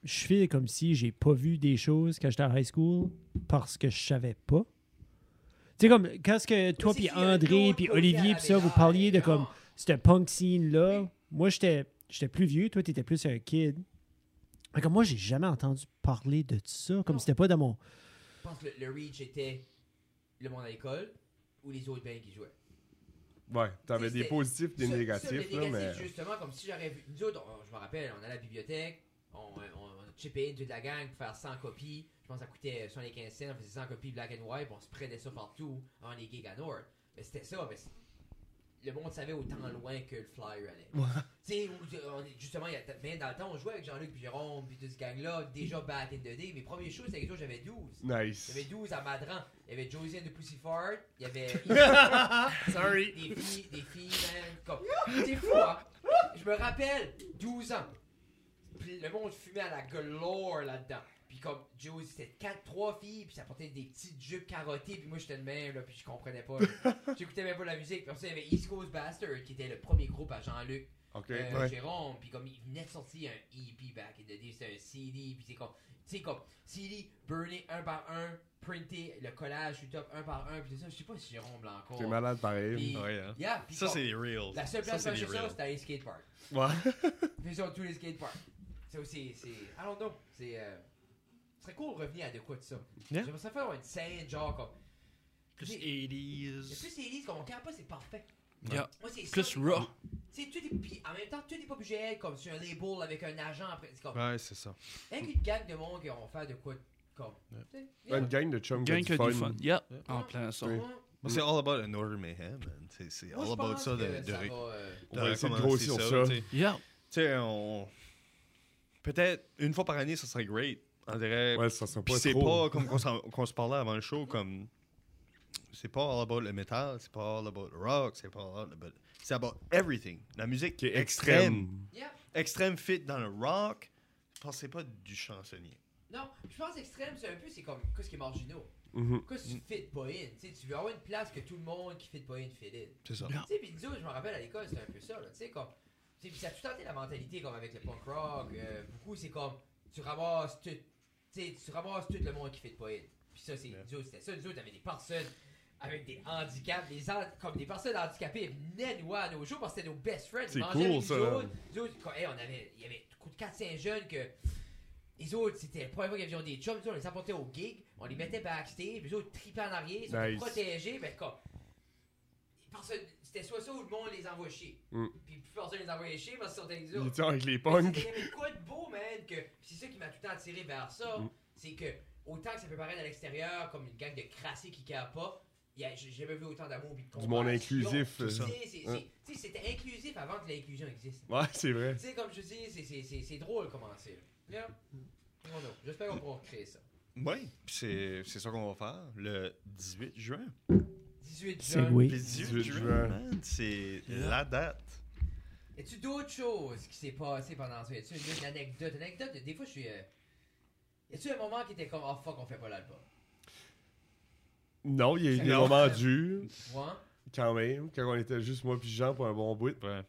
je fais comme si j'ai pas vu des choses quand j'étais à high school parce que je savais pas. Tu sais, comme quand ce que toi,
C'est
puis
qu'il y a un
André,
autre
puis
côté
Olivier,
avec
puis ça, vous
l'art,
parliez de
et
comme
Ah, non.
ce punk scene-là.
Oui.
Moi, j'étais j'étais plus vieux, toi, t'étais plus un kid. Mais comme moi, j'ai jamais entendu parler de ça, comme
Non.
c'était pas dans mon.
Je pense que le, le reach était le monde à l'école ou les autres bands qui jouaient.
Ouais. T'avais
C'était-
des positifs, des
Ça- ça,
négatifs,
les
là, mais.
négatifs, justement, comme si j'aurais vu. Nous autres, on- je me rappelle, on allait à la bibliothèque, on, on, on chipait une de la gang pour faire 100 copies. Je pense que ça coûtait 75 cents, on faisait 100 copies black and white, puis on se prenait ça partout en les gigs à Nord. Mais c'était ça, mais c'est- le monde savait autant loin que le flyer allait. Tu sais, où- on est- justement, il y a, mais dans le temps, on jouait avec Jean-Luc, puis Jérôme, puis toute cette gang-là, déjà back in the day. Mes premiers shows, c'était avec eux, j'avais 12.
Nice.
Il y avait 12 à Madran. Il y avait Josie and the Pussyfart. Il y avait. Sorry. Des filles, des filles, man. Comme... C'est fou, hein? Je me rappelle, 12 ans. Puis le monde fumait à la galore là-dedans. Puis comme Josie, c'était 4, 3 filles, puis ça portait des petites jupes carottées, puis moi j'étais le même, là, puis je comprenais pas. là. J'écoutais même pas la musique. Puis après ça, il y avait East Coast Bastard, qui était le premier groupe à Jean-Luc.
Ok.
Euh,
ouais.
Jérôme, puis comme il venait de sortir un EP back in the day, c'était un CD, puis c'est comme, tu sais, comme CD burné un par un, printé, le collage, shoot up un par un, puis tout ça, je sais pas si Jérôme l'a encore.
T'es malade pareil.
Puis-
Ouais, hein.
Yeah, puis
Ça,
comme,
c'est des reels.
La seule place
ça,
où
c'est
j'ai
des
ça,
reels.
c'était les skateparks.
Ouais.
Vision tous les skateparks. Ça aussi, c'est. I don't know. C'est. euh, ce serait cool de revenir à de quoi de ça.
Yeah.
J'aimerais ça faire une scène, genre comme.
Plus
Mais-
80s.
Mais plus c'est lisse, comme on campe pas, c'est parfait.
Yeah.
Moi, c'est ça,
Plus
c'est-
raw.
c'est tout est- puis en même temps, tout n'est pas obligé comme sur un label avec un agent après. C'est comme.
Ouais, c'est ça.
Avec une gang de monde qui vont faire de quoi de- comme. tu sais, yeah.
Une gang de chums qui a
Gang
du
qui a du fun. Yeah.
Ouais.
En plein ça.
Oui.
Moi,
Moi, c'est all about an order mayhem, man. C'est- C'est
moi,
all
je
about
pense
ça de,
que
de,
ça
ré-
va, euh,
On va essayer de
recommencer
grossir ça.
Tu sais.
Yeah.
Tu sais, on. Peut-être une fois par année, ça serait great. On dirait.
Ouais, ça sera
Puis
pas
c'est
trop.
pas comme qu'on s'en- qu'on se parlait avant le show, comme. C'est pas all about le métal, c'est pas all about le rock, c'est pas all about. C'est about everything. La musique
Qui est extrême.
yeah.
Extrême fit dans le rock. Je pense que c'est pas du chansonnier.
Non, je pense extrême, c'est un peu, c'est comme, qu'est-ce qui est marginaux?
Mhm.
Qu'est-ce que
Mm.
tu fit pas in? Tu sais, tu veux avoir une place que tout le monde qui fit pas in fit in.
C'est ça.
Tu sais, puis nous autres, je me rappelle à l'école, c'était un peu ça, là. Tu sais, comme. Tu sais, puis ça a tout tenté la mentalité, comme avec le punk rock. euh, beaucoup, c'est comme. Tu ramasses tout. Tu sais, tu ramasses tout le monde qui fait de poète. Puis ça, c'est. Nous autres, c'était ça. Nous autres, avait des personnes avec des handicaps. Des hand- comme des personnes handicapées venaient nous voir à nos shows parce que c'était nos best friends. Ils
C'est
mangeaient
cool,
avec
ça.
Nous autres, Nous autres, quand- hey, on avait. Il y avait coup de 4-5 jeunes que. Les autres, c'était la première fois qu'ils avaient des chums, nous autres, on les apportait au gig, on les mettait backstage, puis les autres tripaient en arrière, ils sont
Nice.
protégés, mais comme, parce que c'était soit ça ou le monde les envoie chier.
Mm.
Puis plus personne les envoyait chier parce que c'était des
Il
autres.
était avec les
Mais
punks.
c'était- Il y avait quoi de beau, man? Que... puis C'est ça qui m'a tout le temps attiré
Mm.
vers ça. C'est que, autant que ça peut paraître à l'extérieur comme une gang de crassés qui capent pas, il y a- j'ai jamais vu autant d'amour. puis de
Du monde
compassion.
inclusif. euh,
Tu sais,
ça.
c'est- c'est-
Ouais.
tu sais, c'était inclusif avant que l'inclusion existe.
Ouais, c'est vrai.
Tu sais, comme je dis, c'est- c'est- c'est c'est drôle comment c'est. là. Yeah.
Mm.
Non, non. J'espère qu'on pourra recréer ça.
Oui, c'est c'est ça qu'on va faire le 18 juin.
18
C'est
juin.
oui.
Puis le 18,
18
juin,
juin.
man, c'est la date.
Y a-tu d'autres choses qui s'est passé pendant ça? Y a-tu une, une anecdote? Une anecdote, des fois, je suis. euh, Y a-tu un moment qui était comme, oh fuck, on fait pas l'album?
Non, il y a eu des
Non.
moments durs,
Ouais.
quand même, quand on était juste moi puis Jean pour un bon bout.
Ouais.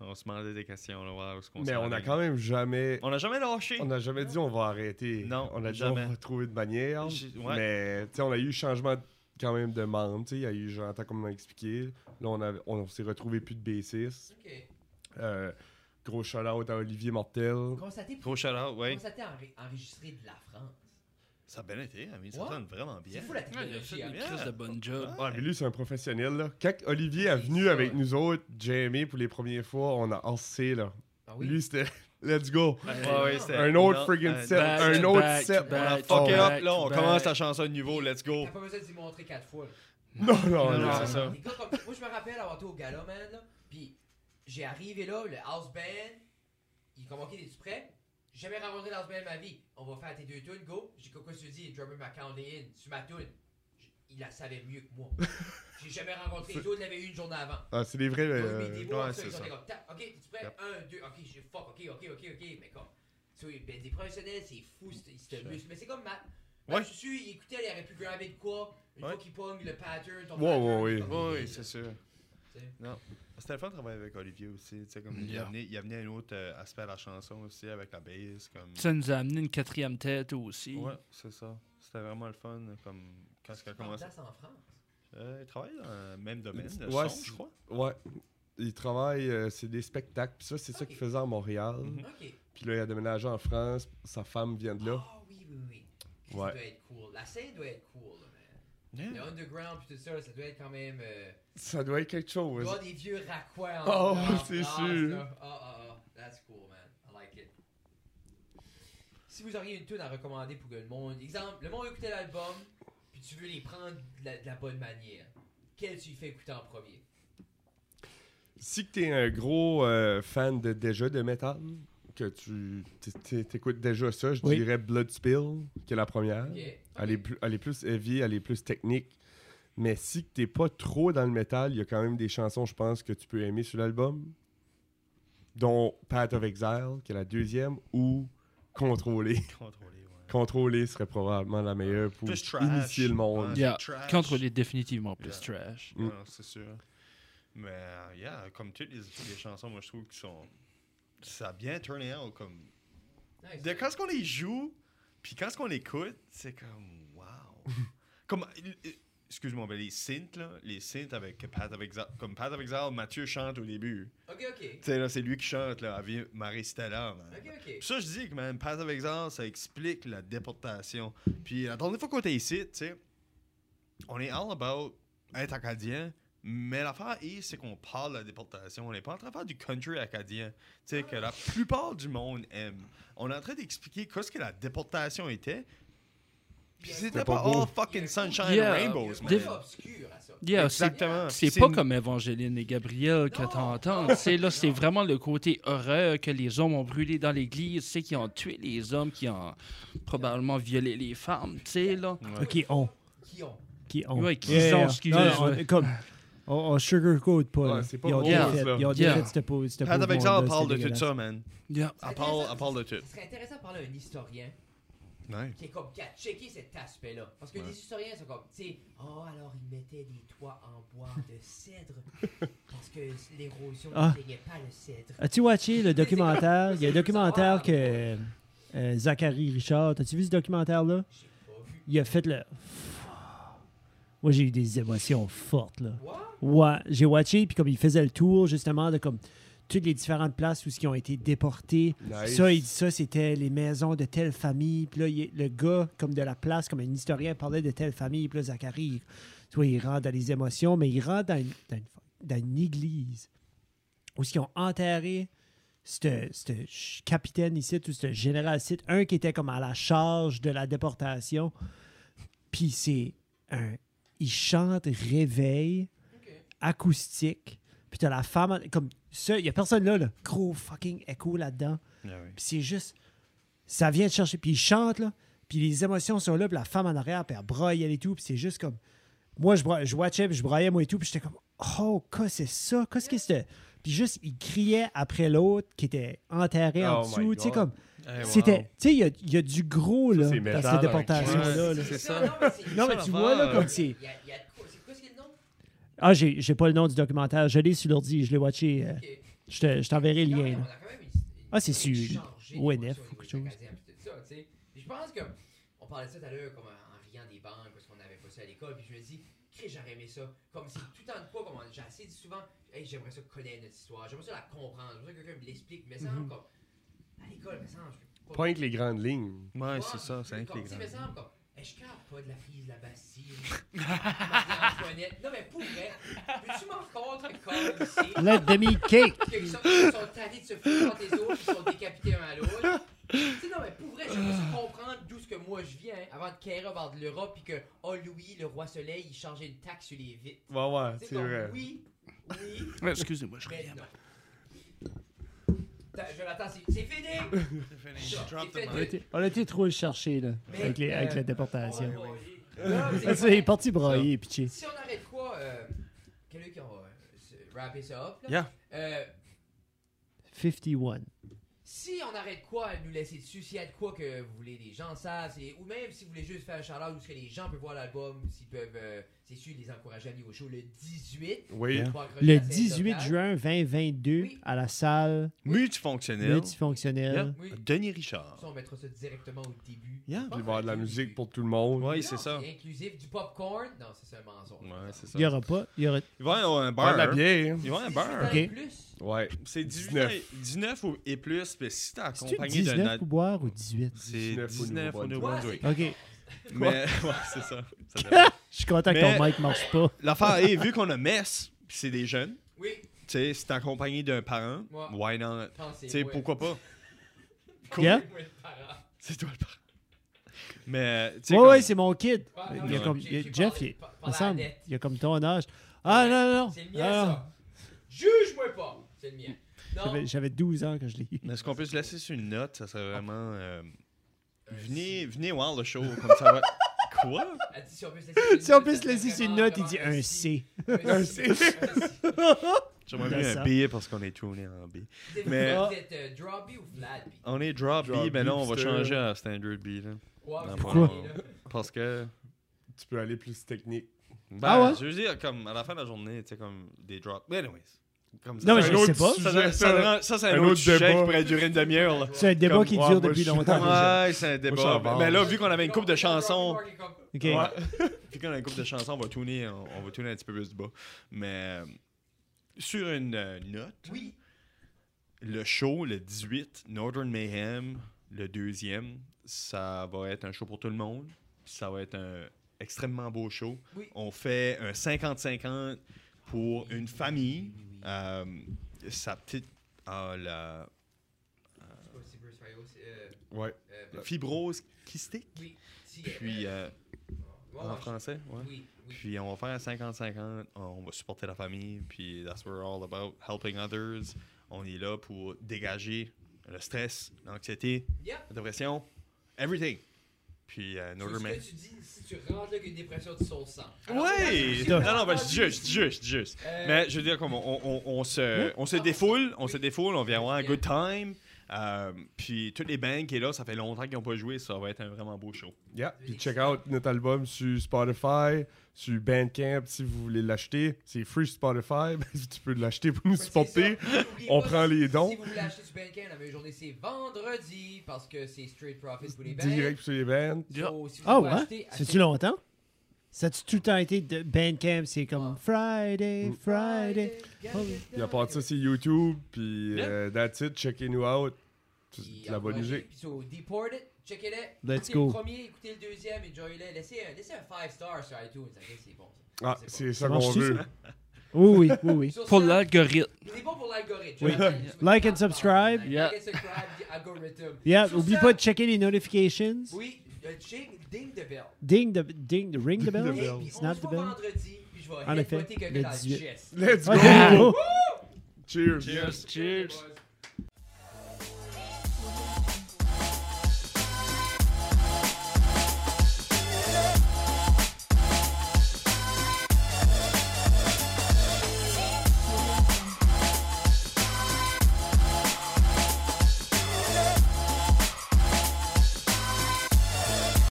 On se demandait des questions, là, voir où est-ce qu'on
Mais on
s'en
a
allait.
quand même jamais.
On n'a jamais lâché.
On n'a jamais dit on va arrêter.
Non,
On a dit
jamais.
on va trouver une manière.
J'ai- ouais.
Mais tu sais, on a eu changement quand même de membre. tu sais, Il y a eu Jonathan, comme on a expliqué. Là, on, avait- on s'est retrouvé plus de B6.
Ok.
Euh, gros shout-out à Olivier Mortel.
Constater,
Gros shout-out, ouais.
constater enri- enregistrer de la France.
Ça a bien été, ami. Ça
Ouais.
sonne vraiment bien.
C'est fou la
Ouais, il a fait
technologie. hein.
une crise de bonne job.
Ah, mais lui, c'est un professionnel. Là. Quand Olivier est
C'est
venu
ça.
avec nous autres, Jamie, pour les premières fois, on a horsé. Là.
Ah oui.
Lui, c'était let's go.
Ouais, ouais, c'était-
Un autre
non,
friggin'
euh,
set,
back,
un
back,
autre
back,
set.
On a
back,
fucké
back,
up, là, on
back.
commence la chanson de nouveau, let's go.
T'as pas besoin d'y montrer quatre fois. là.
Non, non,
Non,
non.
Oh, c'est ça.
Les gars, comme, moi, je me rappelle avoir été au gala, man. là, Puis j'ai arrivé là, le house band. Il est comme, ok, es-tu prêt? J'ai jamais rencontré le house band de ma vie. On va faire tes deux tunes, go. J'ai dit, quoi tu dis? Drummer m'a counté in. Tu ma tune. J- Il la savait mieux que moi. J'ai jamais rencontré. L'autre l'avait eu une journée avant.
Ah, c'est des vrais.
Ils ont
euh,
mis des mots
ouais,
en dessous,
c'est
ils ont
ça.
fait comme, Tac, ok, tu prêt?
Yep.
Un, deux, ok, je fuck, ok, ok, ok, ok, mais comme, tu sais, ben, des professionnels, c'est fou, c'est- ils se musclent, mais c'est comme Matt. Matt,
Ouais.
je suis sûr, il écoutait, il aurait pu grabber de quoi, une
Ouais.
fois qu'il pogne le pattern, ton
Ouais, ouais, ouais.
Oui, c'est sûr.
Tu sais.
Non. C'était le fun de travailler avec Olivier aussi. tu sais,
Mm,
Comme il,
Yeah.
amenait, il amenait un autre euh, aspect à la chanson aussi avec la bass. Comme...
Ça nous a amené une quatrième tête aussi.
Ouais, c'est ça. C'était vraiment le fun. Comme quand il a commencé.
en France.
Euh, il travaille dans le même domaine, le
Ouais,
son,
c'est-
je crois.
Ouais. Il travaille, euh, c'est des spectacles. Puis ça, c'est ça qu'il faisait à Montréal.
Mhm.
Ok.
Puis là, il a déménagé en France. Sa femme vient de Hmm. là.
Ah oui, oui, oui. Ça
Ouais. Hmm.
doit être cool. La scène doit être cool, là, man. Le underground, puis tout ça, là, ça doit être quand même. euh,
Ça doit être quelque
il doit y
chose.
avoir des vieux raccoins en en
Oh, c'est
France,
sûr.
là. Ah, ah, ah. That's cool, man. I like it. Si vous auriez une tune à recommander pour que le monde. Exemple, le monde écoutait l'album, puis tu veux les prendre de la, de la bonne manière. Quelle tu y fais écouter en premier
Si que t'es un gros euh, fan de déjà de métal, que tu t'é- t'é- t'écoutes déjà ça, je
Oui.
dirais Blood Spill, qui est la première.
Ok.
Elle, est plus, elle est plus heavy, elle est plus technique. Mais si que t'es pas trop dans le métal, il y a quand même des chansons, je pense, que tu peux aimer sur l'album. Dont Path of Exile, qui est la deuxième, ou Contrôler.
Contrôlé, ouais.
Contrôler serait probablement la meilleure pour
Plus trash.
initier le monde.
Ouais.
Yeah.
Trash.
Contrôler définitivement plus
Ah, Yeah.
trash.
Mm.
Non, c'est sûr. Mais, euh, yeah, comme toutes les, toutes les chansons, moi, je trouve qu'ils sont. Ça a bien turné out. Comme...
Nice.
De, quand on les joue, puis quand on écoute, c'est comme, wow. comme, euh, excuse-moi, mais les synths, là, les synths avec Path of Exile, comme Path of Exile, Mathieu chante au début.
Ok, ok.
Tu sais, là, c'est lui qui chante, là, avec Marie Stella, man.
Ok, ok.
Puis Ça, je dis que même Path of Exile, ça explique la déportation. Puis la dernière fois qu'on était ici, tu sais, on est all about être acadien, mais l'affaire est, c'est qu'on parle de la déportation. On n'est pas en train de faire du country acadien, tu sais, que la plupart du monde aime. On est en train d'expliquer qu'est-ce que la déportation était, puis c'était
C'était
pas,
pas beau.
all fucking sunshine
Yeah.
and
Il
rainbows,
y a un
man.
côté obscur à ça.
Yeah, c'est-
Exactement. Puis
C'est pas comme Evangeline et Gabriel que
Non.
t'entends. Tu sais, là, c'est vraiment le côté horreur que les hommes ont brûlé dans l'église, tu sais, qui ont tué les hommes, qui ont probablement violé les femmes, tu sais, là.
Ok, on.
Qui ont.
Qui ont.
Ouais, qui
Yeah,
ont,
yeah.
excusez,
Non, non,
ouais.
on- Comme, on, on sugarcoat pas.
Ouais,
là.
c'est pas
ils ont
bon,
déjà
ça.
fait, ils ont déjà
Yeah.
fait cette pau- cette
Path of
pauvre
Exile
monde-là,
parle de
c'est
tout ça, man.
Yeah.
Ça
Elle parle,
serait
elle parle de tout.
Ce serait intéressant de parler à un historien qui est comme qui a checké cet aspect-là. Parce que
Ouais.
les historiens sont comme, tu sais, oh, alors ils mettaient des toits en bois de cèdre parce que l'érosion
Ah.
ne peignait pas le cèdre.
As-tu watché le documentaire?
c'est-
Il y a un
c'est-
documentaire
c'est-
que euh, Zachary Richard, as-tu vu ce documentaire-là?
J'ai pas vu.
Il a fait le... Moi, j'ai eu des émotions fortes, là.
Quoi?
Ouais, j'ai watché, puis comme il faisait le tour, justement, de comme toutes les différentes places où ils ont été déportés.
Nice.
Ça, il dit ça, c'était les maisons de telle famille. Puis là, il- le gars, comme de la place, comme un historien, parlait de telle famille. Puis là, Zachary, il- tu vois, il rentre dans les émotions, mais il rentre dans une, dans une- dans une église où ils ont enterré ce ce ch- capitaine ici, ou ce général ici, un qui était comme à la charge de la déportation. Puis c'est un il chante réveil acoustique. Puis t'as la femme, comme ça, il y a personne là, là. Gros fucking écho là-dedans. Puis c'est juste. Ça vient de chercher. Puis il chante, là. Puis les émotions sont là. Puis la femme en arrière, puis elle broille, elle et tout. Puis c'est juste comme. Moi, je, bra- je watchais, puis je broyais, moi et tout. Puis j'étais comme. Oh, quoi, c'est ça? Qu'est-ce que c'était? Puis juste, il criait après l'autre qui était enterré en
Oh my
dessous. Tu sais,
God. Eh,
comme. C'était. Tu sais, il y a, il y a du gros, là,
c'est
dans
métal,
ces
avec
déportations-là.
Ouais,
là.
c'est
C'est
ça.
ça.
Non, mais c'est-
Non, mais
Ça,
tu vois, là,
l'affaire,
comme c'est.
Il y a- il y a de quoi- C'est quoi ce qu'il y a de nom?
Ah, j'ai j'ai pas le nom du documentaire. Je l'ai sur l'ordi, je l'ai watché. euh,
Ok.
je te- je t'enverrai
Non,
le lien.
mais
là.
on a quand même une- une-
Ah, c'est
une
sur
chargée de
ONF
émotions au
ou quelque
niveau
chose.
canadien, puis tout ça, tu sais. Puis je pense que. On parlait de ça tout à l'heure, comme en, en riant des banques, parce qu'on n'avait pas ça à l'école. Puis je me dis, Chris, j'aurais aimé ça. Comme c'est tout le temps de quoi, comme on- j'ai assez dit souvent, hey, j'aimerais ça connaître notre histoire, j'aimerais ça la comprendre, j'aimerais ça que quelqu'un me l'explique. Mais ça, comme. À l'école, mais ça, je peux
Pas avec les grandes lignes.
Ouais, c'est ça, c'est
comme,
intelligent.
tu sais, me semble comme, Eh, je capte pas de la fille de la Bastille. Marie-Antoinette. Non, mais pour vrai, peux-tu m'en rencontrer comme ici?
Let them eat cake.
Qu'ils sont, ils sont tannés de se foutre dans tes autres, ils sont décapités un à l'autre. Tu sais, non, mais pour vrai, je
Ah.
veux comprendre d'où ce que moi je viens avant de quérir vers de l'Europe puis que, oh Louis, le roi soleil, il changeait une taxe sur les vitres.
Ouais, ouais,
Tu sais,
c'est
comme,
vrai.
oui, oui,
Ouais, Excusez-moi, je
mais
reviens.
non. Attends, Jonathan, c'est c'est fini! Drop the
On a été- On a été trop le chercher, là, avec, les- avec la déportation.
Oh, oh, oh. Non,
Il est parti brailler, pitché.
Si on arrête quoi, euh, quelqu'un qui va euh, se- rapper ça up, là.
Yeah.
Euh,
51.
si on arrête quoi à nous laisser dessus, s'il y a de quoi que vous voulez des gens savent, c'est- ou même si vous voulez juste faire un shout-out où ce que les gens peuvent voir l'album, s'ils peuvent, euh, c'est sûr, les encourager à venir au show le 18.
Oui.
Faut accrocher
Le
la scène
18
locale.
juin 2022,
Oui.
à la salle
Multifonctionnel. Yeah.
multifonctionnelle.
Oui.
Denis Richard.
Ça, on mettra ça directement au début.
Yeah,
Pas
Il va y avoir de la
au début.
musique pour tout le monde.
Oui,
Non,
c'est ça. Ouais,
Inclusif du popcorn. Non, c'est ça un mensonge.
c'est ça.
Il n'y aura pas. Il y aura...
Il va y avoir un
Ouais, de la
bar.
bière.
Il va y avoir un
18
bar.
ans et
Ok.
plus.
Ouais.
C'est 18,
19.
et- 19 ou- et plus, mais si t'es
C'est-tu
accompagné de
19
notre...
pour boire ou 18?
C'est
19 au
19 au
Ouais,
Nouveau-Brunswick.
c'est
Ok.
14.
Mais, ouais, c'est ça. Ça dépend.
Je suis content que
Mais-
ton mic marche pas.
L'affaire est, vu qu'on a Metz, pis c'est des jeunes,
Oui,
tu sais, c'est accompagné d'un parent,
Ouais.
why not?
pensez
Tu sais, pourquoi pas?
Yeah?
C'est toi le parent. Mais, tu sais,
Ouais,
comme-
ouais, c'est mon kid. Il y a comme, il y a- Jeff, il, il me semble, il y a comme ton âge. Ah non, non,
C'est le
non.
mien, ça. Juge-moi pas. C'est le mien.
Ah, non.
Non.
J'avais- J'avais 12 ans quand je l'ai eu.
mais est-ce qu'on peut se laisser sur une note? Ça serait vraiment... euh, venez, venez voir le show, comme ça va... Quoi?
Elle dit, si on peut se laisser
Si on peut se laisser sur une note, il dit un C.
Un C. Un C.
J'aimerais
Dans
bien
ça.
un billet parce qu'on est tourné en B.
Vous êtes-
Mais-
Vous êtes euh, Drawby ou Flatby?
On est drop,
Drop
B, mais
B,
non, on va
c'est-
changer à standard B, là.
Wow,
Non,
c'est
pourquoi?
compliqué, là.
Parce que...
Tu peux aller plus technique.
Ben,
Ah ouais?
Je veux dire, comme à la fin de la journée, tu sais, comme des drops. Mais anyways. Comme ça.
Non, mais
ça,
je
Un autre
sais pas.
sujet,
ça, ça, ça, ça, c'est un,
Un
autre,
autre
sujet
débat.
qui pourrait durer une demi-heure. là.
C'est un débat
Comme
qui
moi,
dure
moi,
depuis
je suis
longtemps déjà.
Ouais, c'est un
ça
débat.
avance.
Mais là, vu qu'on avait une coupe de chansons,
Drawby, Drawby, Drawby,
Ok.
Ouais. puis qu'on a une coupe de chansons, on va tourner, on, on va tourner un petit peu plus du bas. Mais euh, sur une euh, note,
Oui.
le show, le 18, Northern Mayhem, le deuxième, ça va être un show pour tout le monde. Ça va être un extrêmement beau show.
Oui.
On fait un 50-50 pour une famille. Euh, sa petite. ah, la
C'est quoi, c'est Bruce Ryo, c'est, euh,
Ouais.
euh,
fibrose kystique.
oui, si, euh,
Puis euh,
ouais,
en
ouais,
français, ouais.
Oui, oui.
Puis on va faire 50-50, on va supporter la famille, puis that's what we're all about, helping others. On est là pour dégager le stress, l'anxiété,
Yeah.
la dépression, everything. Puis euh,
C'est
Northern
ce
Man.
que tu dis si tu rentres là avec une dépression de son sang. Alors,
Ouais! Non,
regarde,
non, ben, je dis juste, je dis juste, je dis juste.
Euh, Hein?
Mais je veux dire, comme on, on- on- on se, on se défoule, on se défoule, on vient avoir un good time. Euh, puis toutes les bands qui est là, ça fait longtemps qu'ils n'ont pas joué, ça va être un vraiment beau show.
Yeah. Puis check out notre album sur Spotify, sur Bandcamp si vous voulez l'acheter. C'est free sur Spotify. Ben, tu peux l'acheter pour nous
c'est ça.
supporter.
N'oubliez
on
pas,
prend les dons.
Si vous voulez acheter sur Bandcamp, la meilleure journée, c'est vendredi parce que c'est Straight Profit pour les bands.
Direct sur les bands.
Yeah.
So, si vous
Ah
voulez
ouais?
acheter,
C'est-tu
achetez-
longtemps? Ça a-tu tout le temps été de Bandcamp? C'est comme Friday, Friday. Oh,
Puis à part ça, c'est YouTube. Puis
Yeah.
euh, that's it. Checkez-nous out. C'est
Puis
de la bonne
encouragez,
musique.
Puis so, Deported, checkez-le.
Let's
écoutez
go.
le premier, écoutez le deuxième, enjoyez-le. Laissez, un- laissez un 5 stars sur iTunes. ça fait que C'est bon. ça.
Ah,
bon.
c'est ça
Ça
qu'on
marche-tu,
veut.
ça? Oui, oui, oui, oui.
Sur
Pour
ça,
l'algorithme.
Il est bon pour l'algorithme.
Oui.
Jonathan,
Like
tu-
and subscribe.
Like
Yeah.
and subscribe, the algorithm.
Yeah,
Sur
oublie
ça,
pas de checker les notifications.
Oui, euh, check, Ding the bell.
Ding the, ding the ring the bell.
Hey, puis on
Snap
se
the
voit
bell.
vendredi, puis je vais
En effet,
headbutter quelqu'un
le
dans le
18.
chest.
Let's
Ok.
go! Cheers!
Cheers, cheers.